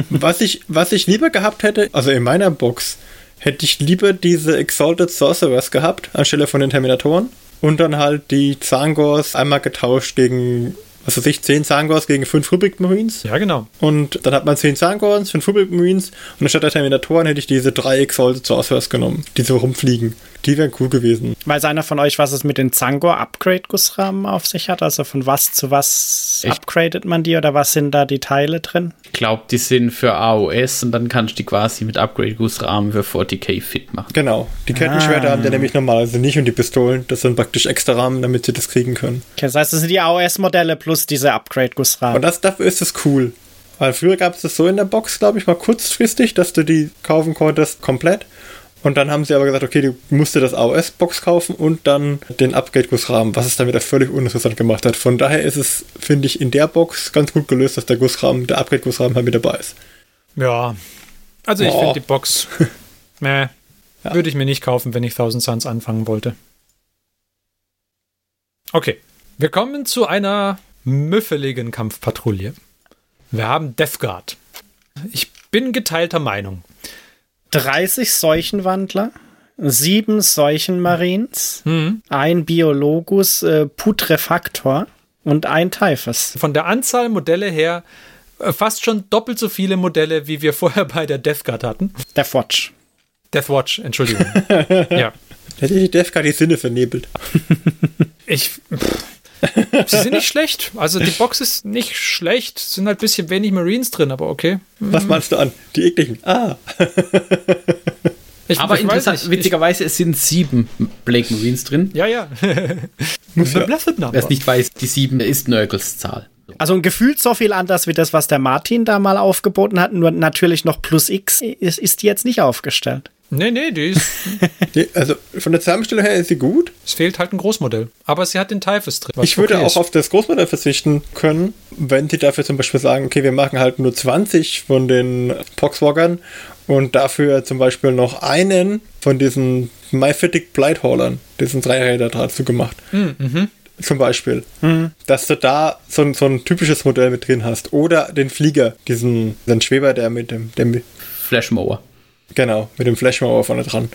Was ich, was ich lieber gehabt hätte, also in meiner Box, hätte ich lieber diese Exalted Sorcerers gehabt, anstelle von den Terminatoren. Und dann halt die Zangors einmal getauscht gegen, was weiß ich, 10 Zangors gegen 5 Rubik Marines.
Ja, genau.
Und dann hat man 10 Zahngorns, 5 Rubik Marines und anstatt der Terminatoren hätte ich diese 3 Exalted Sorcerers genommen, die so rumfliegen. Die wären cool gewesen.
Weiß einer von euch, was es mit den Zangor-Upgrade-Gussrahmen auf sich hat? Also von was zu was
Ich-
upgradet man die oder was sind da die Teile drin?
Ich glaube, die sind für AOS und dann kannst du die quasi mit Upgrade-Gussrahmen für 40k fit machen.
Genau. Die Kettenschwerter haben der nämlich normalerweise nicht und die Pistolen, das sind praktisch extra Rahmen, damit sie das kriegen können.
Okay, das heißt, das sind die AOS-Modelle plus diese
Und
Upgrade-Gussrahmen.
das, dafür ist es cool. Weil früher gab es das so in der Box, glaube ich, mal kurzfristig, dass du die kaufen konntest komplett. Und dann haben sie aber gesagt, okay, du musst dir das AOS-Box kaufen und dann den Upgrade-Gussrahmen, was es dann wieder völlig uninteressant gemacht hat. Von daher ist es, finde ich, in der Box ganz gut gelöst, dass der Gussrahmen, der Upgrade-Gussrahmen halt mit dabei ist.
Ja. Also ich
Oh.
finde die Box. Meh. Würde ich mir nicht kaufen, wenn ich Thousand Suns anfangen wollte. Okay. Wir kommen zu einer müffeligen Kampfpatrouille. Wir haben Death Guard. Ich bin geteilter Meinung.
30 Seuchenwandler, 7 Seuchenmarines,
Hm.
ein Biologus äh, Putrefaktor und ein Typhus.
Von der Anzahl Modelle her äh, fast schon doppelt so viele Modelle, wie wir vorher bei der Death Guard hatten.
Der Forge.
Death Watch, Entschuldigung. ja.
Hätte ich die Defka die Sinne vernebelt.
Ich. Pff. Sie sind nicht schlecht. Also die Box ist nicht schlecht. Es Sind halt ein bisschen wenig Marines drin, aber okay.
Was meinst du an? Die ekligen. Ah,
Ich,
Aber
ich
interessant,
weiß nicht.
witzigerweise, es sind sieben Blake Marines drin.
Ich, ja, ja.
muss ja.
Verblasset
Wer es nicht weiß, die sieben ist Nörgels Zahl.
Also ein gefühlt so viel anders wie das, was der Martin da mal aufgeboten hat, nur natürlich noch plus X ist, ist die jetzt nicht aufgestellt.
Nee, nee, die ist,
Nee, Also von der Zusammenstellung her ist sie gut.
es fehlt halt ein Großmodell. Aber sie hat den Typhus drin. was
Ich würde
okay
auch
ist.
auf das Großmodell verzichten können, wenn sie dafür zum Beispiel sagen, okay, wir machen halt nur 20 von den Poxwalkern und dafür zum Beispiel noch einen von diesen Myphitic Blighthaulern, diesen Dreiräder dazu gemacht. Zum Beispiel. Dass du da so, ein- so ein typisches Modell mit drin hast. Oder den Flieger, diesen, den Schweber, der mit dem, der mit,
Flashmower.
Genau, mit dem Flashmower vorne dran.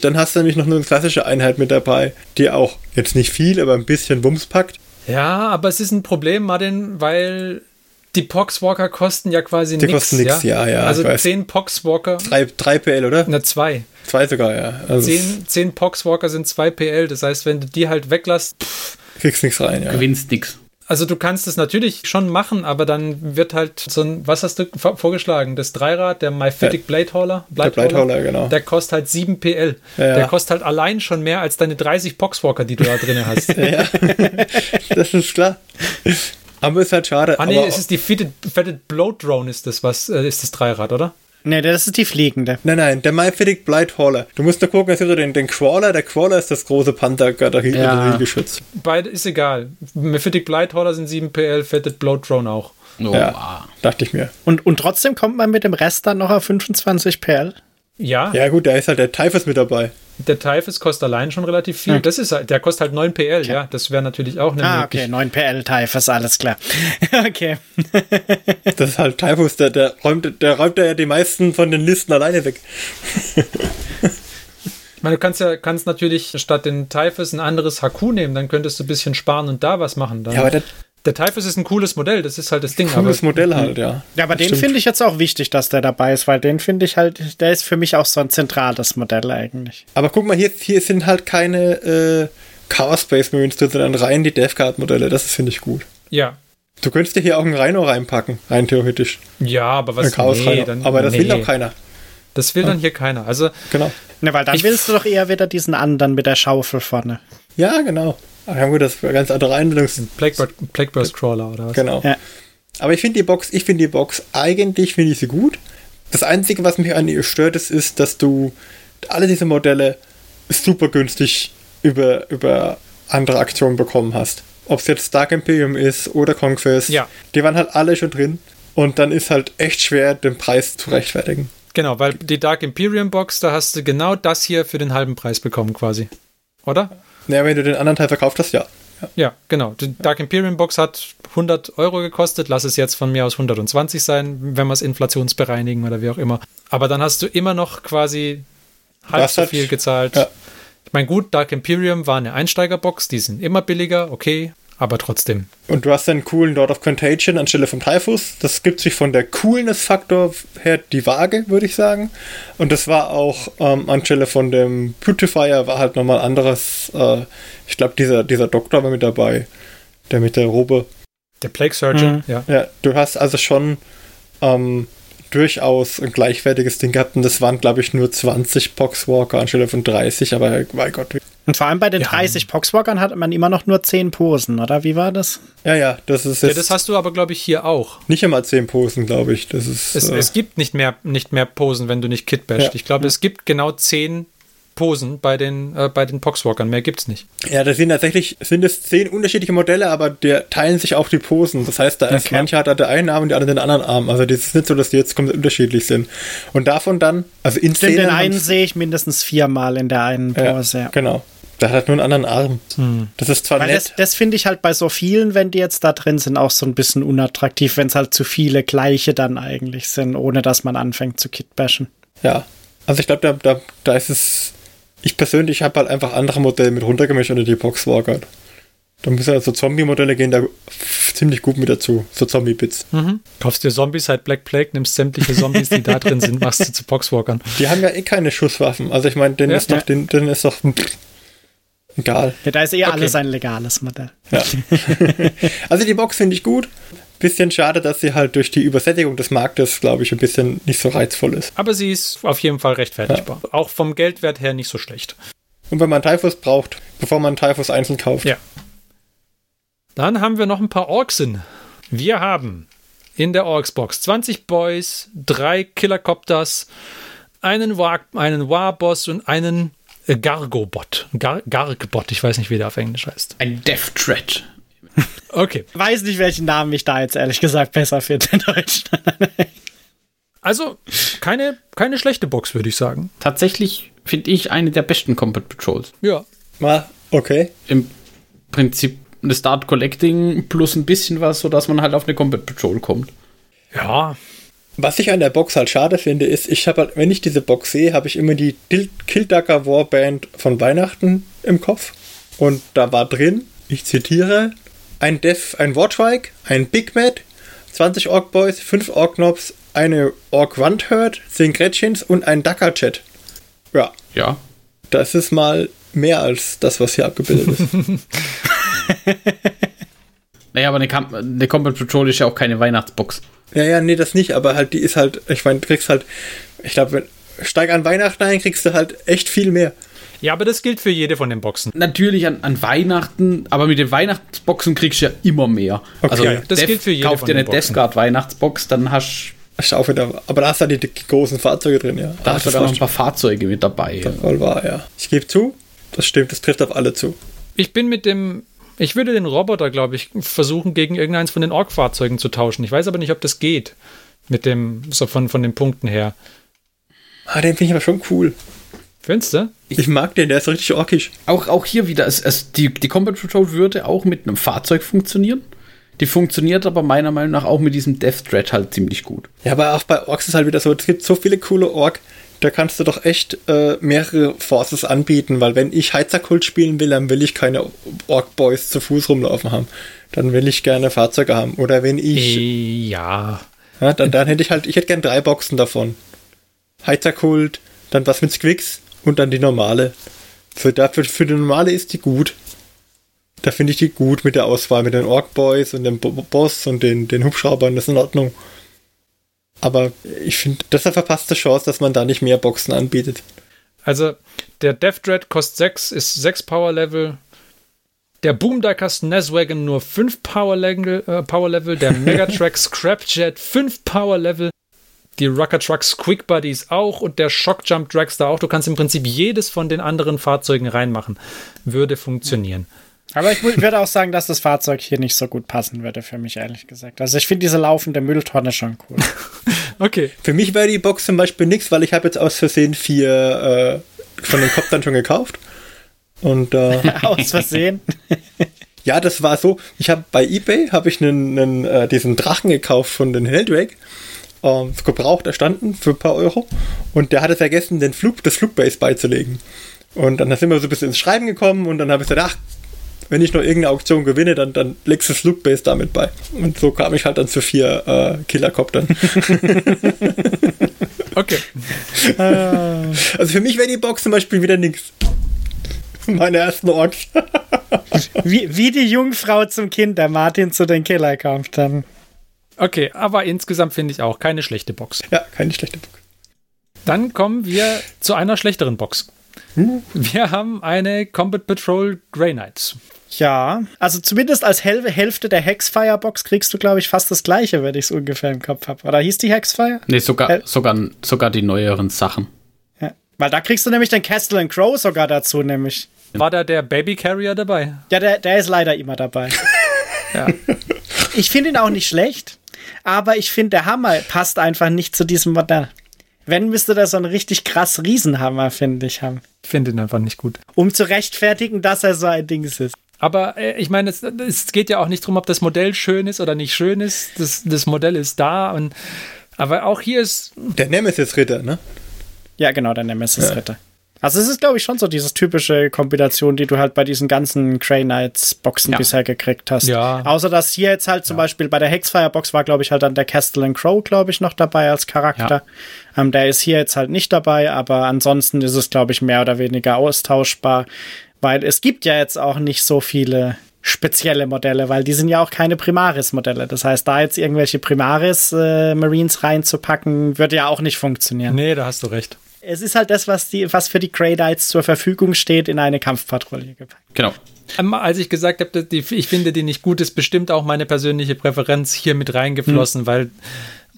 Dann hast du nämlich noch eine klassische Einheit mit dabei, die auch jetzt nicht viel, aber ein bisschen Wumms packt.
Ja, aber es ist ein Problem, Martin, weil die Poxwalker kosten ja quasi
Die
nichts.
kosten nix, ja, ja,
Also
ich weiß.
10 Poxwalker.
Drei, drei PL, oder?
Na, zwei.
Zwei sogar, ja. Also
Zehn, zehn Poxwalker sind zwei PL. Das heißt, wenn du die halt weglässt,
kriegst nichts rein, ja.
Gewinnst nix.
Also du kannst es natürlich schon machen, aber dann wird halt so ein, was hast du v- vorgeschlagen? Das Dreirad, der Myphitic Blade Hauler? Blade
Bladehauler, genau.
Der kostet halt 7 PL.
Ja.
Der kostet halt allein schon mehr als deine 30 Poxwalker, die du da drin hast.
Das ist klar. Aber ist halt schade.
ah nee,
aber
es ist die Fetted, Fetted Blow Drone ist das, was äh, ist das Dreirad, oder?
Nee, das ist die fliegende.
nein, nein, der Myphitic Blighthaller. Du musst nur gucken, es gibt so den, den Crawler. Der Crawler ist das große Panther-Geschütz.
Beide ist egal. Myphitic Blade Hauler sind 7 PL, Fetted Blow Drone auch.
Oh,
Ja,
ah.
dachte ich mir.
Und, und trotzdem kommt man mit dem Rest dann noch auf 25 PL.
Ja,
Ja gut, da ist halt der Typhus mit dabei.
der Typhus kostet allein schon relativ viel. Das ist halt, der kostet halt 9 PL, ja. Das wäre natürlich auch eine
Ah, okay,
Möglichkeit.
9 PL Typhus, alles klar. okay.
Das ist halt Typhus, der, der räumt, der räumt ja die meisten von den Listen alleine weg.
Ich meine, du kannst ja kannst natürlich statt den Typhus ein anderes Haku nehmen, dann könntest du ein bisschen sparen und da was machen. Dann.
Ja, aber der
der Typhus ist ein cooles Modell, das ist halt das Ding. Aber
cooles Modell halt, ja.
Ja, aber den finde ich jetzt auch wichtig, dass der dabei ist, weil den finde ich halt, der ist für mich auch so ein zentrales Modell eigentlich.
Aber guck mal, hier, hier sind halt keine äh, Chaos Space Marines drin, sondern rein die Death Guard Modelle. Das ist, finde ich gut.
ja.
Du könntest dir hier auch einen Rhino reinpacken, rein theoretisch.
Ja, aber
Ein
was
Chaos
nee,
Rhino.
dann,
Aber das will
nee.
doch keiner.
Das will dann hier keiner. Also
Genau.
Ne, weil dann
Ich-
willst du doch eher wieder diesen anderen mit der Schaufel vorne.
Ja, genau. Ach ja, gut, das war ganz andere Einbildungs.
Blackbird, Blackbird Crawler oder was?
Genau.
Ja.
Aber ich finde die Box, ich finde die Box, eigentlich finde ich sie gut. Das Einzige, was mich an ihr stört, ist, ist, dass du alle diese Modelle super günstig über, über andere Aktionen bekommen hast. Ob es jetzt Dark Imperium ist oder Conquest,
Ja.
die waren halt alle schon drin. Und dann ist halt echt schwer, den Preis zu rechtfertigen.
Genau, weil die Dark Imperium Box, da hast du genau das hier für den halben Preis bekommen quasi. Oder?
Naja, wenn du den anderen Teil verkauft hast, ja.
Ja, genau. Die Dark Imperium Box hat 100 Euro gekostet. Lass es jetzt von mir aus 120 sein, wenn wir es inflationsbereinigen oder wie auch immer. Aber dann hast du immer noch quasi halb
Das
so
hat-
viel gezahlt.
ja.
Ich meine, gut, Dark Imperium war eine Einsteigerbox. Die sind immer billiger, okay. Aber trotzdem.
Und du hast dann einen coolen Lord of Contagion anstelle vom Typhus. Das gibt sich von der Coolness-Faktor her die Waage, würde ich sagen. Und das war auch ähm, anstelle von dem Putifier war halt nochmal anderes. Äh, ich glaube, dieser, dieser Doktor war mit dabei. Der mit der Robe.
Der Plague Surgeon,
Mhm.
ja.
Ja, du hast also schon ähm, durchaus ein gleichwertiges Ding gehabt. Und das waren, glaube ich, nur 20 Poxwalker anstelle von 30. Aber mein Gott.
Und vor allem bei den
Ja.
30 Poxwalkern hat man immer noch nur 10 Posen, oder? Wie war das?
Ja, ja, das ist
Ja,
jetzt
das hast du aber, glaube ich, hier auch.
nicht einmal 10 Posen, glaube ich. Das ist.
Es,
äh,
es gibt nicht mehr, nicht mehr Posen, wenn du nicht Kit basht.
Ja.
Ich glaube, es gibt genau zehn Posen bei den, äh, bei den Poxwalkern. Mehr gibt's nicht.
Ja, das sind tatsächlich, sind es zehn unterschiedliche Modelle, aber die teilen sich auch die Posen. Das heißt, da ist
Okay.
manche hat da den einen Arm und die anderen den anderen Arm. Also das ist nicht so, dass die jetzt komplett unterschiedlich sind. Und davon dann, also in
Stimmt, den
Szenen
einen
haben's-
sehe ich mindestens viermal in der einen Pose.
ja,
ja.
Genau. Da hat er nur einen anderen Arm. Das ist zwar
Weil das,
nett.
das finde ich halt bei so vielen, wenn die jetzt da drin sind, auch so ein bisschen unattraktiv, wenn es halt zu viele gleiche dann eigentlich sind, ohne dass man anfängt zu kitbashen.
Ja. Also ich glaube, da, da, da ist es. Ich persönlich habe halt einfach andere Modelle mit runtergemischt unter die Boxwalker. Da müssen halt so Zombie-Modelle gehen da ziemlich gut mit dazu. So Zombie-Bits.
Kaufst dir Zombies halt Black Plague, nimmst sämtliche Zombies, die da drin sind, machst du zu Poxwalkern.
Die haben ja eh keine Schusswaffen. Also ich meine, denen
Ja.
ist doch, denen, denen ist doch pff, egal.
Ja, da ist eher
Okay.
alles ein legales Modell.
Ja. also die Box finde ich gut. Bisschen schade, dass sie halt durch die Übersättigung des Marktes, glaube ich, ein bisschen nicht so reizvoll ist.
Aber sie ist auf jeden Fall rechtfertigbar. Auch vom Geldwert her nicht so schlecht.
Und wenn man Typhus braucht, bevor man Typhus einzeln kauft.
Ja. Dann haben wir noch ein paar Orksen. Wir haben in der Orksbox 20 Boys, drei Killercopters, einen, War einen Warboss und einen äh, Gargobot. Gar Gargbot, ich weiß nicht, wie der auf Englisch heißt.
Ein Death Threat.
Okay.
Weiß nicht, welchen Namen ich da jetzt ehrlich gesagt besser finde in Deutschland.
Also keine, keine schlechte Box, würde ich sagen.
Tatsächlich finde ich eine der besten Combat Patrols.
Ja.
Mal, okay.
Im Prinzip eine Start Collecting plus ein bisschen was, sodass man halt auf eine Combat Patrol kommt.
Ja.
Was ich an der Box halt schade finde, ist, ich habe halt, wenn ich diese Box sehe, habe ich immer die Dil- Kildacker Warband von Weihnachten im Kopf. Und da war drin, ich zitiere, ein Def, ein Wartrike, ein Big Mad, 20 Orc Boys, 5 Orc Knobs, eine Orc Wandherd, 10 Gretchens und ein Dacker Chat. Ja,
Ja.
das ist mal mehr als das, was hier abgebildet ist.
Naja, aber eine, Kam eine Combat Patrol ist ja auch keine Weihnachtsbox.
Ja, ja, nee, das nicht, aber halt, die ist halt, ich meine, du kriegst halt, ich glaube, wenn- steig an Weihnachten ein, kriegst du halt echt viel mehr.
Ja, aber das gilt für jede von den Boxen.
Natürlich an, an Weihnachten, aber mit den Weihnachtsboxen kriegst du ja immer mehr.
ja,
das gilt für jede
Kauf
von
dir
den
eine Death
Boxen.
Guard Weihnachtsbox, dann hast
Ist auch wieder, aber da hast du halt die, die großen Fahrzeuge drin, ja.
da hast du dann
auch
noch ein paar Fahrzeuge mit dabei.
Voll wahr, ja. Ich gebe zu, das stimmt, das trifft auf alle zu.
Ich bin mit dem. Ich würde den Roboter, glaube ich, versuchen, gegen irgendeins von den Ork-Fahrzeugen zu tauschen. Ich weiß aber nicht, ob das geht. Mit dem, so von, von den Punkten her.
Ah, den finde ich aber schon cool.
Findest du?
Ich, mag den, der ist richtig orkisch.
Auch, auch hier wieder, es, es, die, die Combat Patrol würde auch mit einem Fahrzeug funktionieren. Die funktioniert aber meiner Meinung nach auch mit diesem Death Threat halt ziemlich gut.
Ja, aber auch bei Orks ist halt wieder so, es gibt so viele coole Ork, da kannst du doch echt äh, mehrere Forces anbieten, weil wenn ich Heizerkult spielen will, dann will ich keine Ork-Boys zu Fuß rumlaufen haben. Dann will ich gerne Fahrzeuge haben. Oder wenn ich
Ja.
Ja, dann, dann hätte ich halt, ich hätte gern drei Boxen davon. Heizerkult, dann was mit Squicks und dann die normale. Für, dafür, für die normale ist die gut. Da finde ich die gut mit der Auswahl, mit den Orc Boys und dem Bo Bo- Boss und den, den Hubschraubern, das ist in Ordnung. Aber ich finde, das ist eine verpasste Chance, dass man da nicht mehr Boxen anbietet.
Also, der Death Dread kostet 6, ist 6 Power Level. Der Boomdacker Snazwagon nur 5 Power Level. Äh, Power Level. Der Megatrack Scrapjet 5 Power Level. Die Rucker Trucks Quick Buddies auch und der Shock Jump Dragster auch. Du kannst im Prinzip jedes von den anderen Fahrzeugen reinmachen. Würde funktionieren.
Aber ich mu- würde auch sagen, dass das Fahrzeug hier nicht so gut passen würde für mich, ehrlich gesagt. Also ich finde diese laufende Mülltonne schon cool.
Okay.
Für mich wäre die Box zum Beispiel nichts, weil ich habe jetzt aus Versehen vier äh, von den Koptern schon gekauft. Und äh,
Aus Versehen.
Ja, das war so. Ich habe bei eBay habe ich einen, einen äh, diesen Drachen gekauft von den Heldrake. Ähm, gebraucht erstanden für ein paar Euro. Und der hatte vergessen, den Flug, das Flugbase beizulegen. Und dann sind wir so ein bisschen ins Schreiben gekommen und dann habe ich gesagt, ach, wenn ich noch irgendeine Auktion gewinne, dann, dann legst du das Flugbase damit bei. Und so kam ich halt dann zu vier äh, Killercoptern.
Okay.
also für mich wäre die Box zum Beispiel wieder nix. Meine ersten Orks.
Wie, wie die Jungfrau zum Kind, der Martin zu den Killer kommt dann.
Okay, aber insgesamt finde ich auch keine schlechte Box.
ja, keine schlechte Box.
Dann kommen wir zu einer schlechteren Box. Wir haben eine Combat Patrol Grey Knights.
Ja, also zumindest als Hel Hälfte der Hexfire-Box kriegst du, glaube ich, fast das gleiche, wenn ich es ungefähr im Kopf habe. Oder hieß die Hexfire?
Nee, sogar,
Äh.
sogar, sogar die neueren Sachen.
Weil da kriegst du nämlich den Castle and Crow sogar dazu, nämlich.
War da der Baby Carrier dabei?
Ja, der, der ist leider immer dabei.
Ja.
Ich finde ihn auch nicht schlecht, aber ich finde, der Hammer passt einfach nicht zu diesem Modell. Wenn müsste das so einen richtig krass Riesenhammer, finde ich, haben.
Ich finde ihn einfach nicht gut.
Um zu rechtfertigen, dass er so ein Dings ist.
Aber äh, ich meine, es, es geht ja auch nicht darum, ob das Modell schön ist oder nicht schön ist. Das, das Modell ist da. Und, aber auch hier ist,
Der Nemesis-Ritter, ne?
Ja, genau, der Nemesis-Ritter. Also es ist, glaube ich, schon so diese typische Kombination, die du halt bei diesen ganzen Grey Knights-Boxen
Ja.
bisher gekriegt hast.
Ja.
Außer dass hier jetzt halt zum Beispiel bei der Hexfire-Box war, glaube ich, halt dann der Castle and Crow, glaube ich, noch dabei als Charakter. Ähm, der ist hier jetzt halt nicht dabei, aber ansonsten ist es, glaube ich, mehr oder weniger austauschbar, weil es gibt ja jetzt auch nicht so viele spezielle Modelle, weil die sind ja auch keine Primaris-Modelle. Das heißt, da jetzt irgendwelche Primaris-Marines reinzupacken, würde ja auch nicht funktionieren.
nee, da hast du recht.
Es ist halt das, was, die, was für die Grey Knights zur Verfügung steht, in eine Kampfpatrouille gepackt.
Genau.
Ähm, Als ich gesagt habe, dass die, ich finde die nicht gut, ist bestimmt auch meine persönliche Präferenz hier mit reingeflossen, weil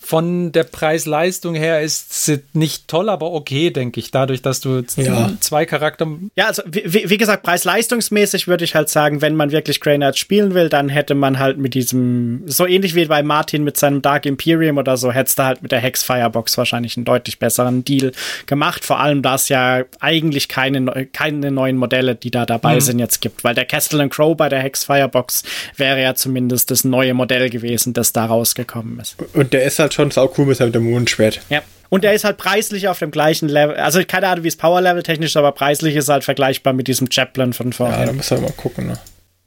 von der Preis-Leistung her ist sie nicht toll, aber okay, denke ich. Dadurch, dass du z-
Ja.
zwei Charakter.
Ja, also wie, wie wie gesagt, preis-leistungsmäßig würde ich halt sagen, wenn man wirklich Grey Knights spielen will, dann hätte man halt mit diesem, so ähnlich wie bei Martin mit seinem Dark Imperium oder so, hättest du halt mit der Hex Firebox wahrscheinlich einen deutlich besseren Deal gemacht. Vor allem, da es ja eigentlich keine, neu- keine neuen Modelle, die da dabei sind, jetzt gibt. Weil der Castle and Crow bei der Hex Firebox wäre ja zumindest das neue Modell gewesen, das da rausgekommen ist.
Und der ist halt schon saucool mit seinem Dämonenschwert.
Ja. Und der ist halt preislich auf dem gleichen Level. Also keine Ahnung, wie es Power Level technisch ist, aber preislich ist halt vergleichbar mit diesem Chaplin von
Ja,
vorher.
Ah, da muss man mal gucken, ne?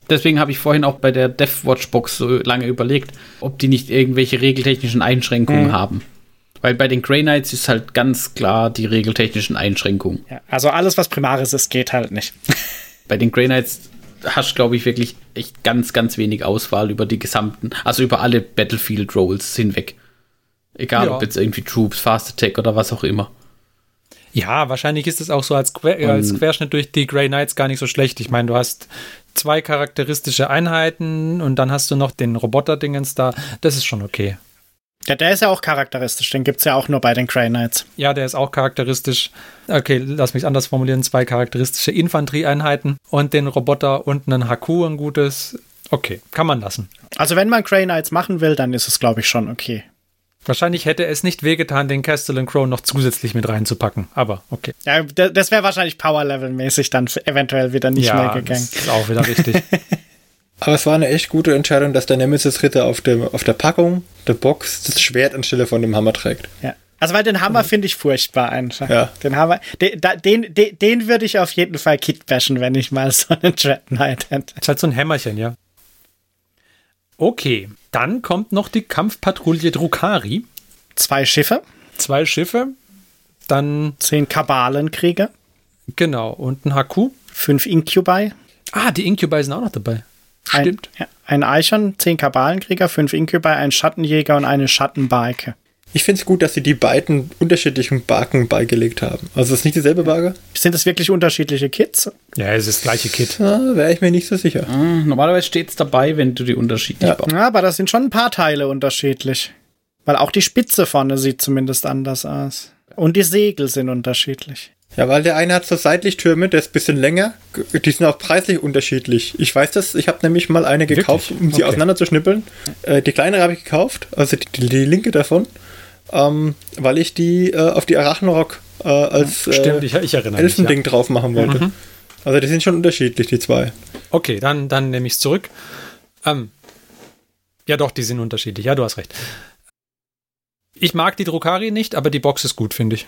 Deswegen habe ich vorhin auch bei der DevWatch-Box so lange überlegt, ob die nicht irgendwelche regeltechnischen Einschränkungen haben. Weil bei den Grey Knights ist halt ganz klar die regeltechnischen Einschränkungen.
Ja. Also alles, was Primaris ist, geht halt nicht.
Bei den Grey Knights hast du, glaube ich, wirklich echt ganz, ganz wenig Auswahl über die gesamten, also über alle Battlefield-Rolls hinweg. Egal,
Ja.
ob jetzt irgendwie Troops, Fast Attack oder was auch immer.
Ja, wahrscheinlich ist es auch so als, Quer äh, als Querschnitt durch die Grey Knights gar nicht so schlecht. Ich meine, du hast zwei charakteristische Einheiten und dann hast du noch den Roboter-Dingens da. Das ist schon okay.
Ja, der ist ja auch charakteristisch, den gibt's ja auch nur bei den Grey Knights.
Ja, der ist auch charakteristisch. Okay, lass mich anders formulieren. Zwei charakteristische Infanterieeinheiten und den Roboter und einen Haku, ein gutes. Okay, kann man lassen.
Also wenn man Grey Knights machen will, dann ist es, glaube ich, schon okay.
Wahrscheinlich hätte es nicht wehgetan, den Castle and Crow noch zusätzlich mit reinzupacken. Aber okay.
Ja, d- das wäre wahrscheinlich Power Level mäßig dann f- eventuell wieder nicht mehr gegangen.
das ist auch wieder richtig.
Aber es war eine echt gute Entscheidung, dass der Nemesis-Ritter auf, dem- auf der Packung, der Box, das Schwert anstelle von dem Hammer trägt.
Ja. Also weil den Hammer finde ich furchtbar einfach.
Ja.
Den Hammer, den, da- den, den, den würde ich auf jeden Fall kitbashen, wenn ich mal so einen Dread Knight hätte.
ist halt so ein Hämmerchen, ja. Okay, dann kommt noch die Kampfpatrouille Drukari.
Zwei Schiffe.
Zwei Schiffe, dann,
zehn Kabalenkrieger,
genau, und ein Haku.
fünf Incubi,
Ah, die Incubi sind auch noch dabei.
ein,
Stimmt.
ja, ein Eichhorn, zehn Kabalenkrieger, fünf Incubi, ein Schattenjäger und eine Schattenbarke.
Ich finde es gut, dass sie die beiden unterschiedlichen Barken beigelegt haben. Also es ist nicht dieselbe Barke?
Sind das wirklich unterschiedliche Kids?
Ja, es ist das gleiche Kit.
Ja, Wäre ich mir nicht so sicher.
Hm, Normalerweise steht es dabei, wenn du die unterschiedlich baust.
Ja, aber das sind schon ein paar Teile unterschiedlich. Weil auch die Spitze vorne sieht zumindest anders aus. Und die Segel sind unterschiedlich.
Ja, weil der eine hat so Seitlichtürme, der ist ein bisschen länger. Die sind auch preislich unterschiedlich. Ich weiß das, ich habe nämlich mal eine gekauft, um
Okay.
sie auseinander zu schnippeln. Äh, die kleinere habe ich gekauft, also die, die, die linke davon, ähm, weil ich die äh, auf die Arachnrock äh, als
Stimmt,
äh,
ich, ich erinnere mich. Ja.
Elfending drauf machen wollte. Also die sind schon unterschiedlich, die zwei.
Okay, dann, dann nehme ich es zurück. Ähm, ja, doch, die sind unterschiedlich. Ja, du hast recht. Ich mag die Drukari nicht, aber die Box ist gut, finde ich.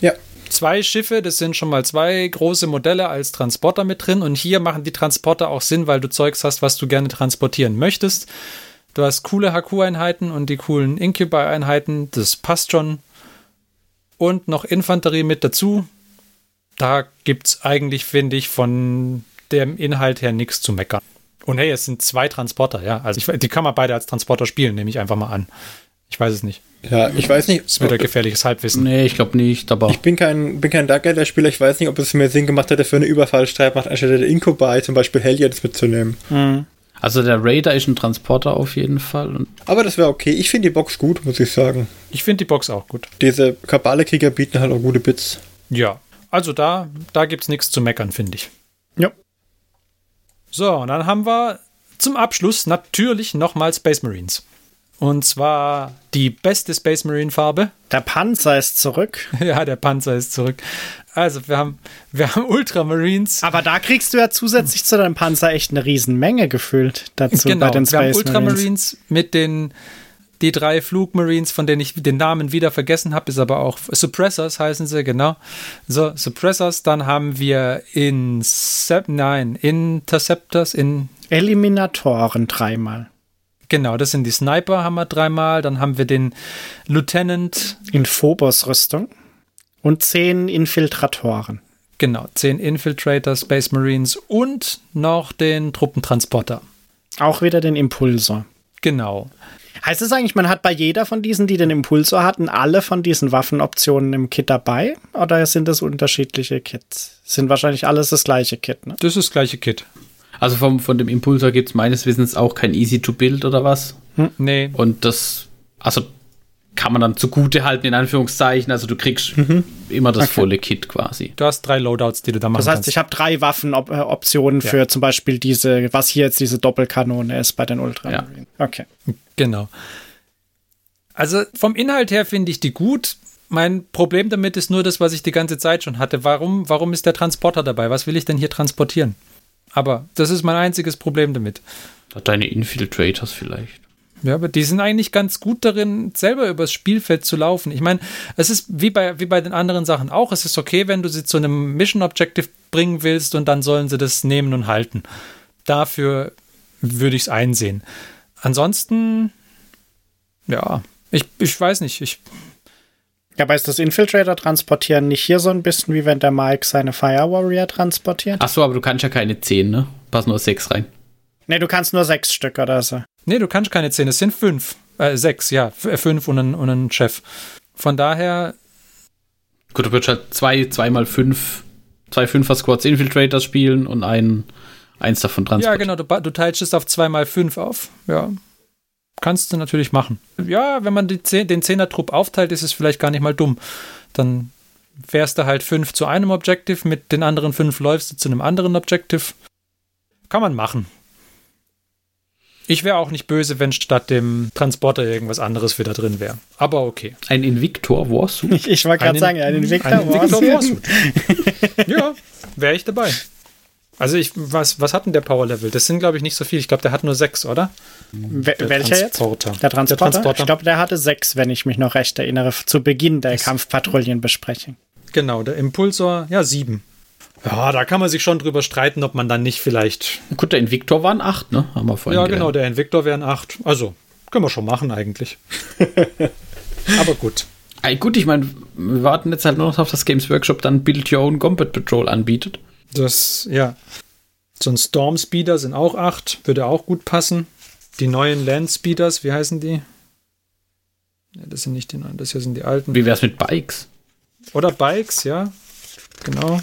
Ja.
Zwei Schiffe, das sind schon mal zwei große Modelle als Transporter mit drin. Und hier machen die Transporter auch Sinn, weil du Zeugs hast, was du gerne transportieren möchtest. Du hast coole Haku-Einheiten und die coolen Incubi-Einheiten. Das passt schon. Und noch Infanterie mit dazu da gibt es eigentlich, finde ich, von dem Inhalt her nichts zu meckern. Und hey, es sind zwei Transporter, ja. Also ich, die kann man beide als Transporter spielen, nehme ich einfach mal an. Ich weiß es nicht.
Ja, ich weiß nicht.
Es wird ja gefährliches Halbwissen.
Nee, ich glaube nicht, aber
Ich bin kein, bin kein Dark Rider-Spieler, ich weiß nicht, ob es mir Sinn gemacht hätte, für eine Überfallstreitmacht anstelle der Inkubai zum Beispiel Hellions mitzunehmen.
also der Raider ist ein Transporter auf jeden Fall. Und
Aber das wäre okay. Ich finde die Box gut, muss ich sagen.
Ich finde die Box auch gut.
Diese Kabalekrieger bieten halt auch gute Bits.
Ja. also da, da gibt es nichts zu meckern, finde ich.
Ja.
So, und dann haben wir zum Abschluss natürlich nochmal Space Marines. Und zwar die beste Space Marine Farbe.
Der Panzer ist zurück.
ja, der Panzer ist zurück. Also, wir haben, wir haben Ultramarines.
Aber da kriegst du ja zusätzlich zu deinem Panzer echt eine Riesenmenge gefühlt
genau,
dazu Also bei den
wir haben
Space Marines.
Ultramarines mit den die drei Flugmarines, von denen ich den Namen wieder vergessen habe, ist aber auch Suppressors heißen sie, genau. So, Suppressors, dann haben wir Incep nein, Interceptors, in
Eliminatoren dreimal.
genau, das sind die Sniper, haben wir dreimal. Dann haben wir den Lieutenant,
In Phobos-Rüstung. Und zehn Infiltratoren.
genau, zehn Infiltrator, Space Marines und noch den Truppentransporter.
Auch wieder den Impulsor.
Genau.
Heißt es eigentlich, man hat bei jeder von diesen, die den Impulsor hatten, alle von diesen Waffenoptionen im Kit dabei? Oder sind das unterschiedliche Kits? Sind wahrscheinlich alles das gleiche Kit, ne?
Das ist das gleiche Kit.
Also vom, von dem Impulsor gibt es meines Wissens auch kein Easy-to-Build oder was.
Hm.
Nee,
Und das, also kann man dann zugute halten, in Anführungszeichen. Also du kriegst immer das volle Kit quasi.
du hast drei Loadouts, die du da machen
Das heißt,
kannst.
ich habe drei Waffenoptionen für zum Beispiel diese, was hier jetzt diese Doppelkanone ist bei den Ultramarinen. Okay.
Genau. Also vom Inhalt her finde ich die gut. Mein Problem damit ist nur das, was ich die ganze Zeit schon hatte. Warum, warum ist der Transporter dabei? Was will ich denn hier transportieren? Aber das ist mein einziges Problem damit.
Deine Infiltrators vielleicht.
Ja, aber die sind eigentlich ganz gut darin, selber übers Spielfeld zu laufen. Ich meine, es ist wie bei, wie bei den anderen Sachen auch. Es ist okay, wenn du sie zu einem Mission Objective bringen willst und dann sollen sie das nehmen und halten. Dafür würde ich es einsehen. Ansonsten, ja, ich, ich weiß nicht. Ich,
Ja, aber ist das Infiltrator transportieren nicht hier so ein bisschen wie wenn der Mike seine Fire Warrior
Ah.
transportiert?
Achso, aber du kannst ja keine 10, ne? Pass nur 6 rein.
Ne, du kannst nur sechs Stück oder so.
nee, du kannst keine 10, es sind 5. Äh, 6, ja, 5 und ein, und ein Chef. Von daher,
Gut, du würdest halt zwei, zweimal fünf, zwei Fünfer Squads Infiltrators spielen und einen, eins davon
ja,
transportieren.
genau, du, ba- du teilst es auf 2 mal 5 auf. Ja. Kannst du natürlich machen. Ja, wenn man die 10, den 10er-Trupp aufteilt, ist es vielleicht gar nicht mal dumm. Dann wärst du halt 5 zu einem Objective, mit den anderen 5 läufst du zu einem anderen Objective. Kann man machen. Ich wäre auch nicht böse, wenn statt dem Transporter irgendwas anderes wieder drin wäre. Aber okay.
Ein Invictor Warsuit.
Ich, ich wollte gerade
Einen-
sagen, einen Invictor
einen Invictor
Warsuit.
ja, wäre ich dabei. Also ich, was, was hat denn der Power Level? Das sind, glaube ich, nicht so viel. Ich glaube, der hat nur sechs, oder?
Wel-
Der
Welcher jetzt?
Transporter.
Der Transporter?
Der Transporter.
Ich glaube, der hatte sechs, wenn ich mich noch recht erinnere, f- zu Beginn der Kampfpatrouillenbesprechung.
Genau, der Impulsor, ja, sieben. Ja, da kann man sich schon drüber streiten, ob man dann nicht vielleicht.
Gut, der Invictor waren acht, ne? Haben wir vorhin
Ja,
gelernt.
genau, der Invictor wären acht. Also, können wir schon machen eigentlich. Aber gut.
Ey, gut, ich meine, wir warten jetzt halt nur noch auf das Games Workshop dann Build Your Own Combat Patrol anbietet.
Das, ja. So ein Stormspeeder sind auch acht, würde auch gut passen. Die neuen Landspeeders, wie heißen die? Ja, das sind nicht die neuen, das hier sind die alten.
Wie wär's mit Bikes?
Oder Bikes, ja. Genau.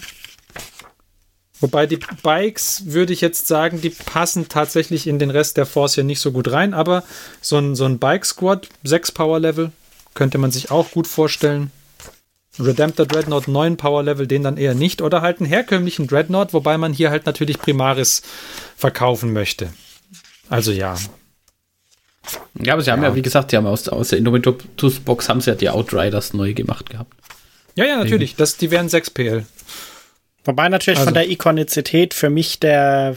Wobei die Bikes, würde ich jetzt sagen, die passen tatsächlich in den Rest der Force hier nicht so gut rein, aber so ein, so ein Bike-Squad, 6 Power-Level, könnte man sich auch gut vorstellen. Redemptor Dreadnought 9 Power-Level, den dann eher nicht. Oder halt einen herkömmlichen Dreadnought, wobei man hier halt natürlich Primaris verkaufen möchte. Also ja,
Ja, aber sie haben ja, wie gesagt, sie haben aus, aus der Indomitus Box haben sie ja die Outriders neu gemacht gehabt.
Ja, ja, natürlich. Das, die wären 6 PL.
Wobei natürlich
Also-
von der Ikonizität für mich der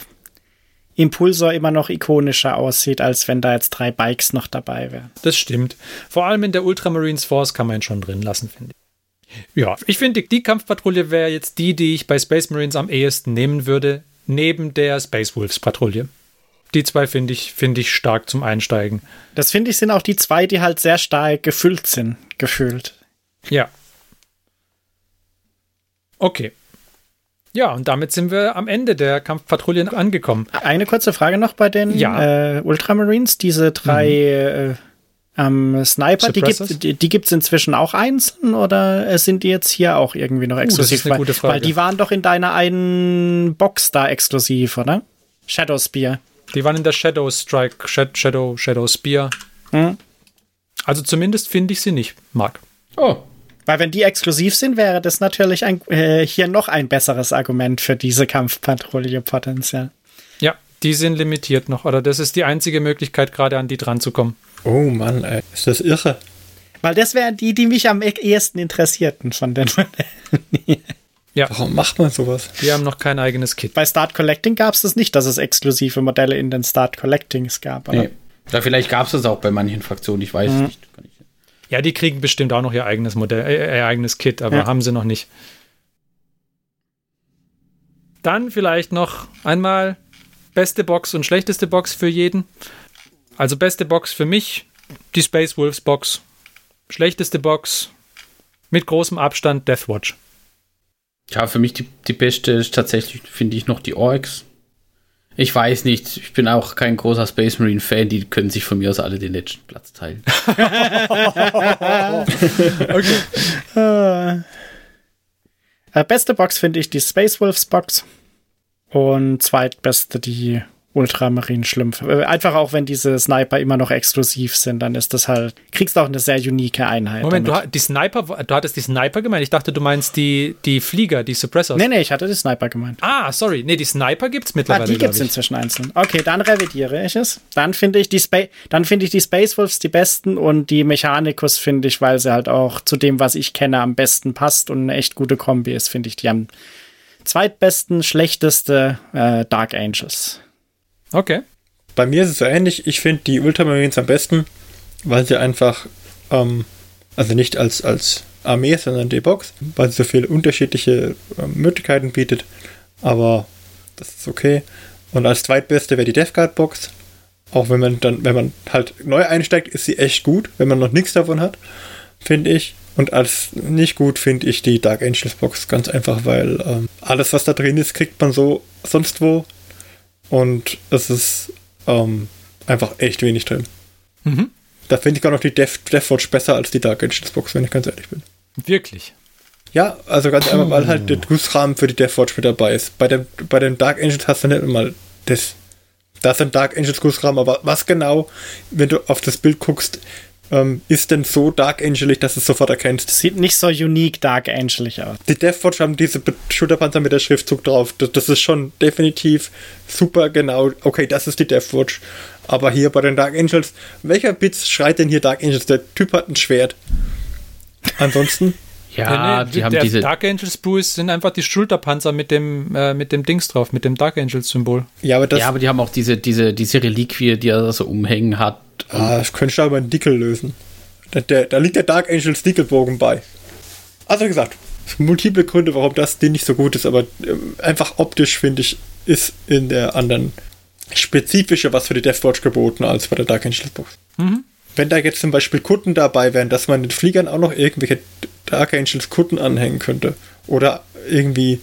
Impulsor immer noch ikonischer aussieht, als wenn da jetzt drei Bikes noch dabei wären.
Das stimmt. Vor allem in der Ultramarines Force kann man ihn schon drin lassen, finde ich. Ja, ich finde, die- die Kampfpatrouille wäre jetzt die, die ich bei Space Marines am ehesten nehmen würde, neben der Space Wolves Patrouille. Die zwei finde ich, finde ich stark zum Einsteigen.
Das finde ich sind auch die zwei, die halt sehr stark gefüllt sind, gefühlt.
Ja. Okay. Ja, und damit sind wir am Ende der Kampfpatrouillen angekommen.
Eine kurze Frage noch bei den
Ja.
äh, Ultramarines. Diese drei äh, ähm, Sniper, die
Suppressors?
gibt die, die gibt's inzwischen auch einzeln oder äh, sind die jetzt hier auch irgendwie noch
Uh, das ist
exklusiv?
eine
Weil-
gute Frage.
Weil die waren doch in deiner einen Box da exklusiv, oder? Shadow Spear.
Die waren in der Shadow Strike, Shad- Shadow, Shadow Spear.
Hm.
Also zumindest finde ich sie nicht, Marc.
Oh,
Weil wenn die exklusiv sind, wäre das natürlich ein, äh, hier noch ein besseres Argument für diese Kampfpatrouille potenziell.
Ja, die sind limitiert noch. Oder das ist die einzige Möglichkeit, gerade an die dran zu kommen.
Oh Mann, ey, ist das irre.
Weil das wären die, die mich am e- ehesten interessierten von den Modellen.
Ja,
Warum macht man sowas?
die haben noch kein eigenes Kit.
Bei Start Collecting gab es das nicht, dass es exklusive Modelle in den Start Collectings gab. Oder?
Nee. Da vielleicht gab es das auch bei manchen Fraktionen, ich weiß es nicht. Kann ich
Ja, die kriegen bestimmt auch noch ihr eigenes Modell, äh, ihr eigenes Kit, aber
Ja.
haben sie noch nicht. Dann vielleicht noch einmal beste Box und schlechteste Box für jeden. Also beste Box für mich, die Space Wolves Box. Schlechteste Box mit großem Abstand Deathwatch.
Ja, für mich die, die beste ist tatsächlich, finde ich, noch die Orks. Ich weiß nicht, ich bin auch kein großer Space Marine Fan, die können sich von mir aus alle den letzten Platz teilen.
Äh, äh, beste Box finde ich die Space Wolves Box. Und zweitbeste die Ultramarine Schlümpfe. Äh, Einfach auch wenn diese Sniper immer noch exklusiv sind, dann ist das halt, kriegst auch eine sehr unique Einheit.
Moment, du,
damit.
ha- die Sniper, du hattest die Sniper gemeint. Ich dachte, du meinst die, die Flieger, die Suppressors.
Nee, nee, ich hatte die Sniper gemeint.
Ah, sorry. Nee, die Sniper gibt's
Ah,
mittlerweile.
die
glaub
gibt's
ich.
inzwischen einzeln. Okay, dann revidiere ich es. Dann finde ich die Spa dann finde ich die Space Wolves die besten und die Mechanicus finde ich, weil sie halt auch zu dem, was ich kenne, am besten passt und eine echt gute Kombi ist, finde ich die am zweitbesten, schlechteste äh, Dark Angels.
Okay.
Bei mir ist es so ähnlich. Ich finde die Ultramarines am besten, weil sie einfach, ähm, also nicht als, als Armee, sondern die Box, weil sie so viele unterschiedliche ähm, Möglichkeiten bietet. Aber das ist okay. Und als zweitbeste wäre die Death Guard Box. Auch wenn man dann, wenn man halt neu einsteigt, ist sie echt gut, wenn man noch nichts davon hat, finde ich. Und als nicht gut finde ich die Dark Angels Box ganz einfach, weil ähm, alles, was da drin ist, kriegt man so sonst wo und es ist ähm, einfach echt wenig drin.
Mhm.
Da finde ich gar noch die Death, Deathwatch besser als die Dark Angels Box, wenn ich ganz ehrlich bin.
Wirklich.
Ja, also ganz einfach, weil halt der Gussrahmen für die Deathwatch mit dabei ist. Bei dem, bei dem Dark Angels hast du nicht mal das. Da ist ein Dark Angels Gussrahmen, aber was genau, wenn du auf das Bild guckst, ähm, ist denn so Dark Angelig, dass du es sofort erkennst?
Das sieht nicht so unique Dark Angelig aus.
Die Deathwatch haben diese Be- Schulterpanzer mit der Schriftzug drauf. Das, das ist schon definitiv super genau. Okay, das ist die Deathwatch. Aber hier bei den Dark Angels, welcher Bitz schreit denn hier Dark Angels? Der Typ hat ein Schwert. Ansonsten,
Ja,
Nee,
Ah, die haben
der
diese.
Dark Angels Blues sind einfach die Schulterpanzer mit dem, äh, mit dem Dings drauf, mit dem Dark Angels Symbol.
ja, aber das,
Ja, aber die haben auch diese, diese, diese Reliquie, die er da so umhängen hat.
ah, das könnte ich aber einen Dickel lösen. Da, der, da liegt der Dark Angels Dickelbogen bei. Also wie gesagt, es gibt multiple Gründe, warum das Ding nicht so gut ist, aber ähm, einfach optisch finde ich, ist in der anderen spezifischer was für die Deathwatch geboten als bei der Dark Angels Box. Wenn da jetzt zum Beispiel Kutten dabei wären, dass man den Fliegern auch noch irgendwelche Dark Angels Kutten anhängen könnte. Oder irgendwie,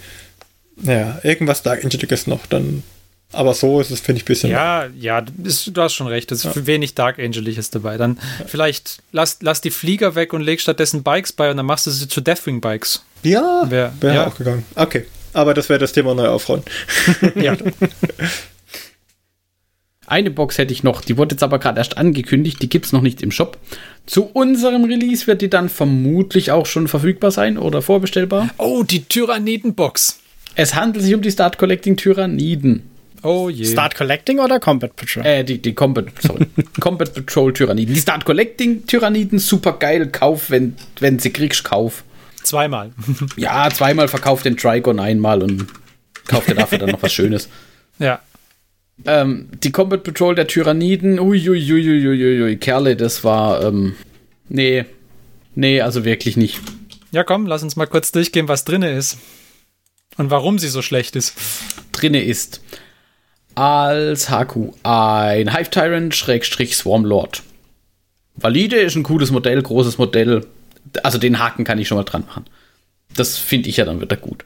naja, irgendwas Dark Angeliges noch, dann. Aber so ist es, finde ich, ein bisschen.
Ja, ja, du bist- du hast schon recht. Es ist wenig Dark Angeliges dabei. Dann vielleicht lass, lass die Flieger weg und leg stattdessen Bikes bei und dann machst du sie zu Deathwing Bikes.
Ja,
Wär-
wäre
ja.
auch gegangen. Okay, aber das wäre das Thema neu aufrollen.
Ja.
Eine Box hätte ich noch, die wurde jetzt aber gerade erst angekündigt, die gibt es noch nicht im Shop. Zu unserem Release wird die dann vermutlich auch schon verfügbar sein oder vorbestellbar.
Oh, die Tyrannidenbox.
Es handelt sich um die Start Collecting Tyranniden.
Oh je.
Start Collecting oder Combat Patrol?
Äh, die, die Combat, sorry. Combat Patrol Tyranniden. Die Start Collecting Tyranniden, super geil. Kauf, wenn, wenn sie kriegst, kauf.
Zweimal.
Ja, zweimal verkauft den Trigon einmal und kauft dir dafür dann noch was Schönes.
ja.
Ähm, die Combat Patrol der Tyranniden, uiuiuiuiuiui, Kerle, das war, ähm, nee, nee, also wirklich nicht.
Ja, komm, lass uns mal kurz durchgehen, was drinne ist. Und warum sie so schlecht ist.
Drinne ist als Haku ein Hive Tyrant Schrägstrich Swarmlord. Valide ist ein cooles Modell, großes Modell. Also den Haken kann ich schon mal dran machen. Das finde ich ja dann wieder gut.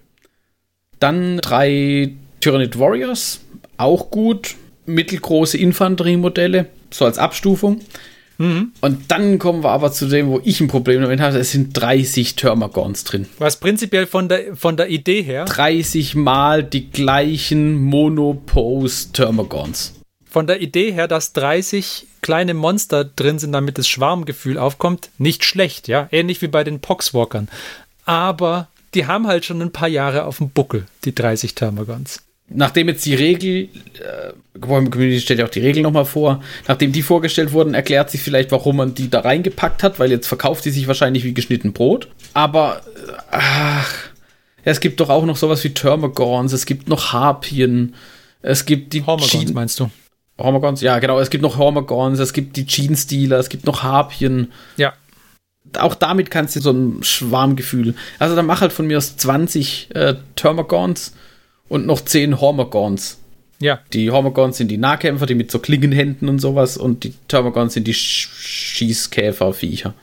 Dann drei Tyranid Warriors, auch gut. Mittelgroße Infanteriemodelle, so als Abstufung. Und dann kommen wir aber zu dem, wo ich ein Problem damit habe. Es sind 30 Thermagons drin.
Was prinzipiell von der, von der Idee her
30 Mal die gleichen Monopose Thermagons.
von der Idee her, dass 30 kleine Monster drin sind, damit das Schwarmgefühl aufkommt, nicht schlecht, ja. Ähnlich wie bei den Poxwalkern. Aber die haben halt schon ein paar Jahre auf dem Buckel, die 30 Termagons.
Nachdem jetzt die Regel, äh, Gebäude Community stellt ja auch die Regel nochmal vor, nachdem die vorgestellt wurden, erklärt sich vielleicht, warum man die da reingepackt hat, weil jetzt verkauft die sich wahrscheinlich wie geschnitten Brot. Aber, äh, ach, ja, es gibt doch auch noch sowas wie Termagons, es gibt noch Harpien, es gibt die
Hormagons
Jean-
meinst du?
Hormagons, ja, genau, es gibt noch Hormagons, es gibt die Jeans-Dealer, es gibt noch Harpien.
Ja.
auch damit kannst du so ein Schwarmgefühl. Also dann mach halt von mir aus 20 äh, Termagons und noch 10 Hormagons.
Ja,
Die Hormagons sind die Nahkämpfer, die mit so Klingenhänden und sowas und die Termagons sind die Sch Schießkäferviecher.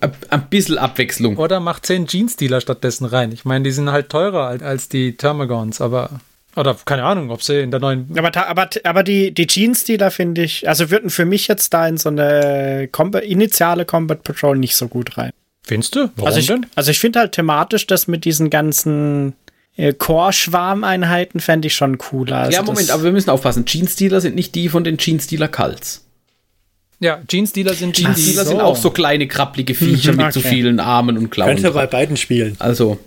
Ein, ein bisschen
Oh,
Abwechslung.
Oder macht 10 Jeans-Dealer stattdessen rein. Ich meine, die sind halt teurer als, als die Termagons, aber. Oder keine Ahnung, ob sie in der neuen.
Aber, ta- aber, aber die, die Jeans-Dealer finde ich, also würden für mich jetzt da in so eine Comba- initiale Combat Patrol nicht so gut rein.
Findest du? Warum
Also ich, also ich finde halt thematisch das mit diesen ganzen äh, Core-Schwarmeinheiten fände ich schon cooler. Also
ja, Moment,
das,
aber wir müssen aufpassen. Jeans-Dealer sind nicht die von den Jeans-Dealer-Cults.
Ja, Jeans-Dealer sind die, die
Jeans-Dealer sind auch so kleine, krabblige Viecher
Mhm,
mit so
okay.
vielen Armen und Klauen.
Kannst du bei beiden spielen.
Also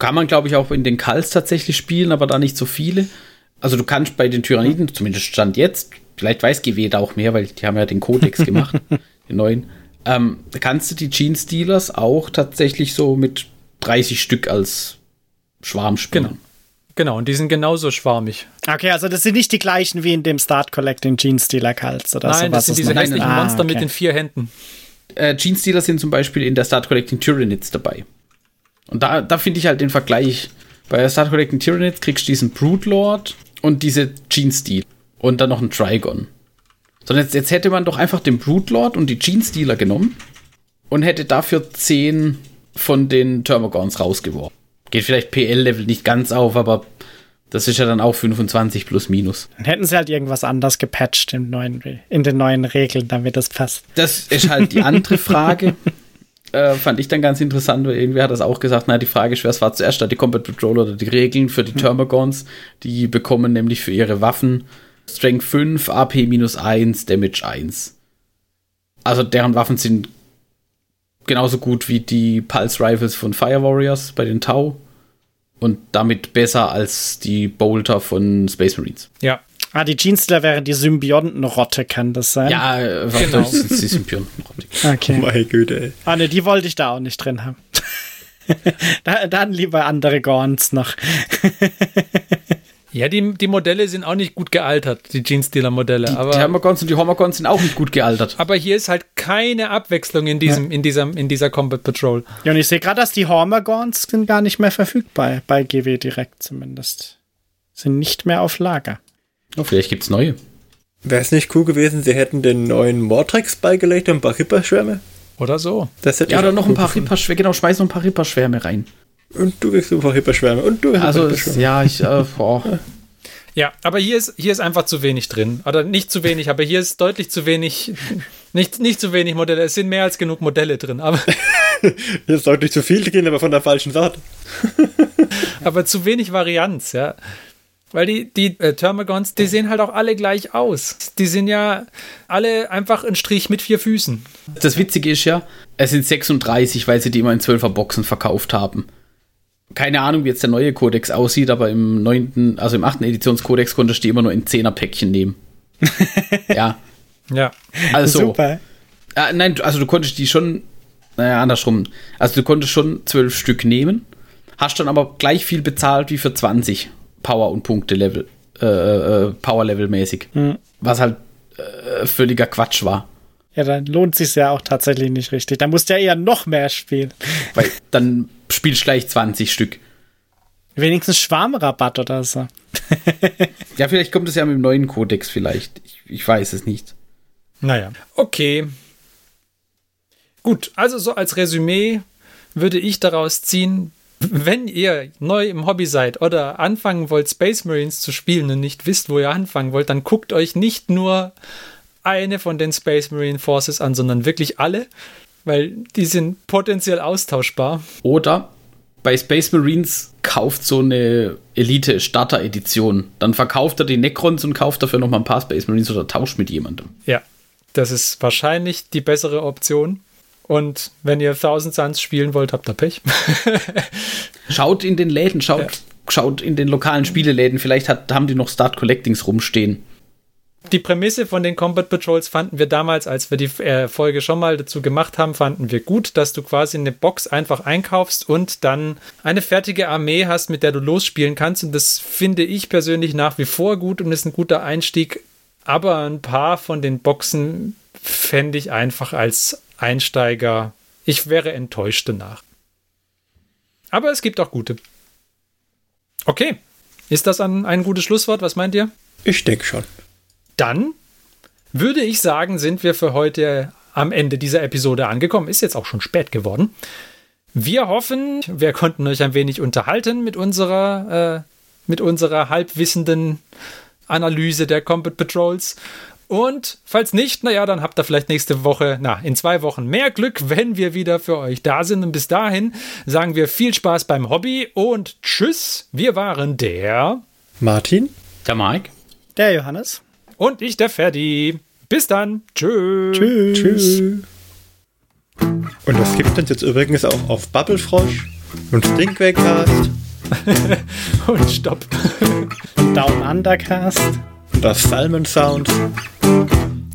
kann man, glaube ich, auch in den Kals tatsächlich spielen, aber da nicht so viele. Also du kannst bei den Tyranniden, zumindest Stand jetzt, vielleicht weiß GW da auch mehr, weil die haben ja den Codex gemacht, den neuen, ähm, kannst du die Jeans-Dealers auch tatsächlich so mit 30 Stück als Schwarm spielen.
Genau. Genau, und die sind genauso schwarmig.
Okay, also das sind nicht die gleichen wie in dem Start Collecting Jeans-Dealer Cults oder so.
Nein, das sind diese
noch-
hässlichen
Ah,
Nein,
Monster mit den vier Händen.
äh, Jeans Dealers sind zum Beispiel in der Start Collecting Tyranids dabei. Und da, da finde ich halt den Vergleich. Bei der Start Collecting Tyranids kriegst du diesen Broodlord und diese Jeans Deal und dann noch einen Trigon. Sondern jetzt, jetzt hätte man doch einfach den Broodlord und die Jeans Dealer genommen und hätte dafür 10 von den Thermogons rausgeworfen. Geht vielleicht PL-Level nicht ganz auf, aber das ist ja dann auch 25 plus minus.
Dann hätten sie halt irgendwas anders gepatcht im neuen, Re- in den neuen Regeln, damit das passt.
Das ist halt die andere Frage. äh, fand ich dann ganz interessant, weil irgendwer hat das auch gesagt, na, die Frage ist, was war zuerst da, die Combat Patrol oder die Regeln für
Hm.
die Termagons? Die bekommen nämlich für ihre Waffen Strength 5, AP minus 1, Damage 1. Also deren Waffen sind genauso gut wie die Pulse Rifles von Fire Warriors bei den Tau und damit besser als die Bolter von Space Marines.
Ja.
Ah, die Jeans-Dealer wären die Symbiontenrotte, kann das sein?
Ja, äh, was
Genau.
soll ich- sie sind Pyramiden.
Okay.
Meine Güte, ey.
Ah, ne, die wollte ich da auch nicht drin haben. da, dann lieber andere Gorns noch.
Ja, die, die Modelle sind auch nicht gut gealtert, die Jeans-Dealer-Modelle.
Die
Aber,
Termagons und die Hormagons sind auch nicht gut gealtert.
aber hier ist halt keine Abwechslung in, diesem, in, diesem, in dieser Combat Patrol.
Ja, und ich sehe gerade, dass die Hormagons sind gar nicht mehr verfügbar, bei GW direkt zumindest. Sind nicht mehr auf Lager.
Oh, vielleicht gibt's neue.
Wäre es nicht cool gewesen, sie hätten den neuen Mortrex beigelegt und ein paar Ripperschwärme?
Oder so.
Das hätte
Ja,
ich
oder noch ein
cool
paar
gefunden.
Ripperschwärme. Genau, schmeiß noch ein paar Ripperschwärme rein.
Und du kriegst ein paar Ripperschwärme. Und du kriegst
Also,
ein paar
es,
Ripperschwärme.
ja, ich, äh, boah.
Ja, aber hier ist, hier ist einfach zu wenig drin. Oder nicht zu wenig, aber hier ist deutlich zu wenig. Nicht, nicht zu wenig Modelle. Es sind mehr als genug Modelle drin. Aber,
Das ist deutlich zu viel drin, aber von der falschen Sorte.
aber zu wenig Varianz, ja. Weil die, die äh, Termagons, die sehen halt auch alle gleich aus. Die sind ja alle einfach ein Strich mit vier Füßen.
Das Witzige ist ja, es sind 36, weil sie die immer in 12er Boxen verkauft haben. Keine Ahnung, wie jetzt der neue Kodex aussieht, aber im neunten, also im achten Editionskodex konntest du die immer nur in 10er Päckchen nehmen. ja,
Ja.
also.
Super.
Ah, nein, du- also du konntest die schon, naja, andersrum. Also du konntest schon zwölf Stück nehmen, hast dann aber gleich viel bezahlt wie für 20 Power- und Punkte-Level, äh, äh, Power-Level-mäßig. Was halt äh, völliger Quatsch war.
Ja, dann lohnt sich's ja auch tatsächlich nicht richtig. Da musst du ja eher noch mehr spielen.
Weil dann spielst du gleich 20 Stück.
Wenigstens Schwarmrabatt oder so.
Ja, vielleicht kommt es ja mit dem neuen Kodex vielleicht. Ich, ich weiß es nicht.
Naja. Okay. Gut, also so als Resümee würde ich daraus ziehen, wenn ihr neu im Hobby seid oder anfangen wollt, Space Marines zu spielen und nicht wisst, wo ihr anfangen wollt, dann guckt euch nicht nur eine von den Space Marine Forces an, sondern wirklich alle, weil die sind potenziell austauschbar.
Oder bei Space Marines kauft so eine Elite Starter Edition. Dann verkauft er die Necrons und kauft dafür nochmal ein paar Space Marines oder tauscht mit jemandem.
Ja, das ist wahrscheinlich die bessere Option. Und wenn ihr Thousand Suns spielen wollt, habt ihr Pech.
Schaut in den Läden, schaut, schaut in den lokalen Spieleläden. Vielleicht hat, haben die noch Start Collectings rumstehen.
Die Prämisse von den Combat Patrols fanden wir damals, als wir die äh, Folge schon mal dazu gemacht haben, fanden wir gut, dass du quasi eine Box einfach einkaufst und dann eine fertige Armee hast, mit der du losspielen kannst. Und das finde ich persönlich nach wie vor gut und ist ein guter Einstieg. Aber ein paar von den Boxen fände ich einfach als Einsteiger. Ich wäre enttäuscht danach. Aber es gibt auch gute. Okay. Ist das ein, ein gutes Schlusswort? Was meint ihr?
Ich denke schon.
dann würde ich sagen, sind wir für heute am Ende dieser Episode angekommen. Ist jetzt auch schon spät geworden. Wir hoffen, wir konnten euch ein wenig unterhalten mit unserer, äh, mit unserer halbwissenden Analyse der Combat Patrols. Und falls nicht, naja, dann habt ihr vielleicht nächste Woche, na, in zwei Wochen mehr Glück, wenn wir wieder für euch da sind. Und bis dahin sagen wir viel Spaß beim Hobby und Tschüss. Wir waren der
Martin?
Der Mike?
Der Johannes.
und ich, der Ferdi. Bis dann. Tschüss.
Tschüss.
Tschüss. Und das gibt uns jetzt übrigens auch auf Bubblefrosch und Stinkwegcast
Und stopp.
Down Undercast.
und auf Salmon Sound.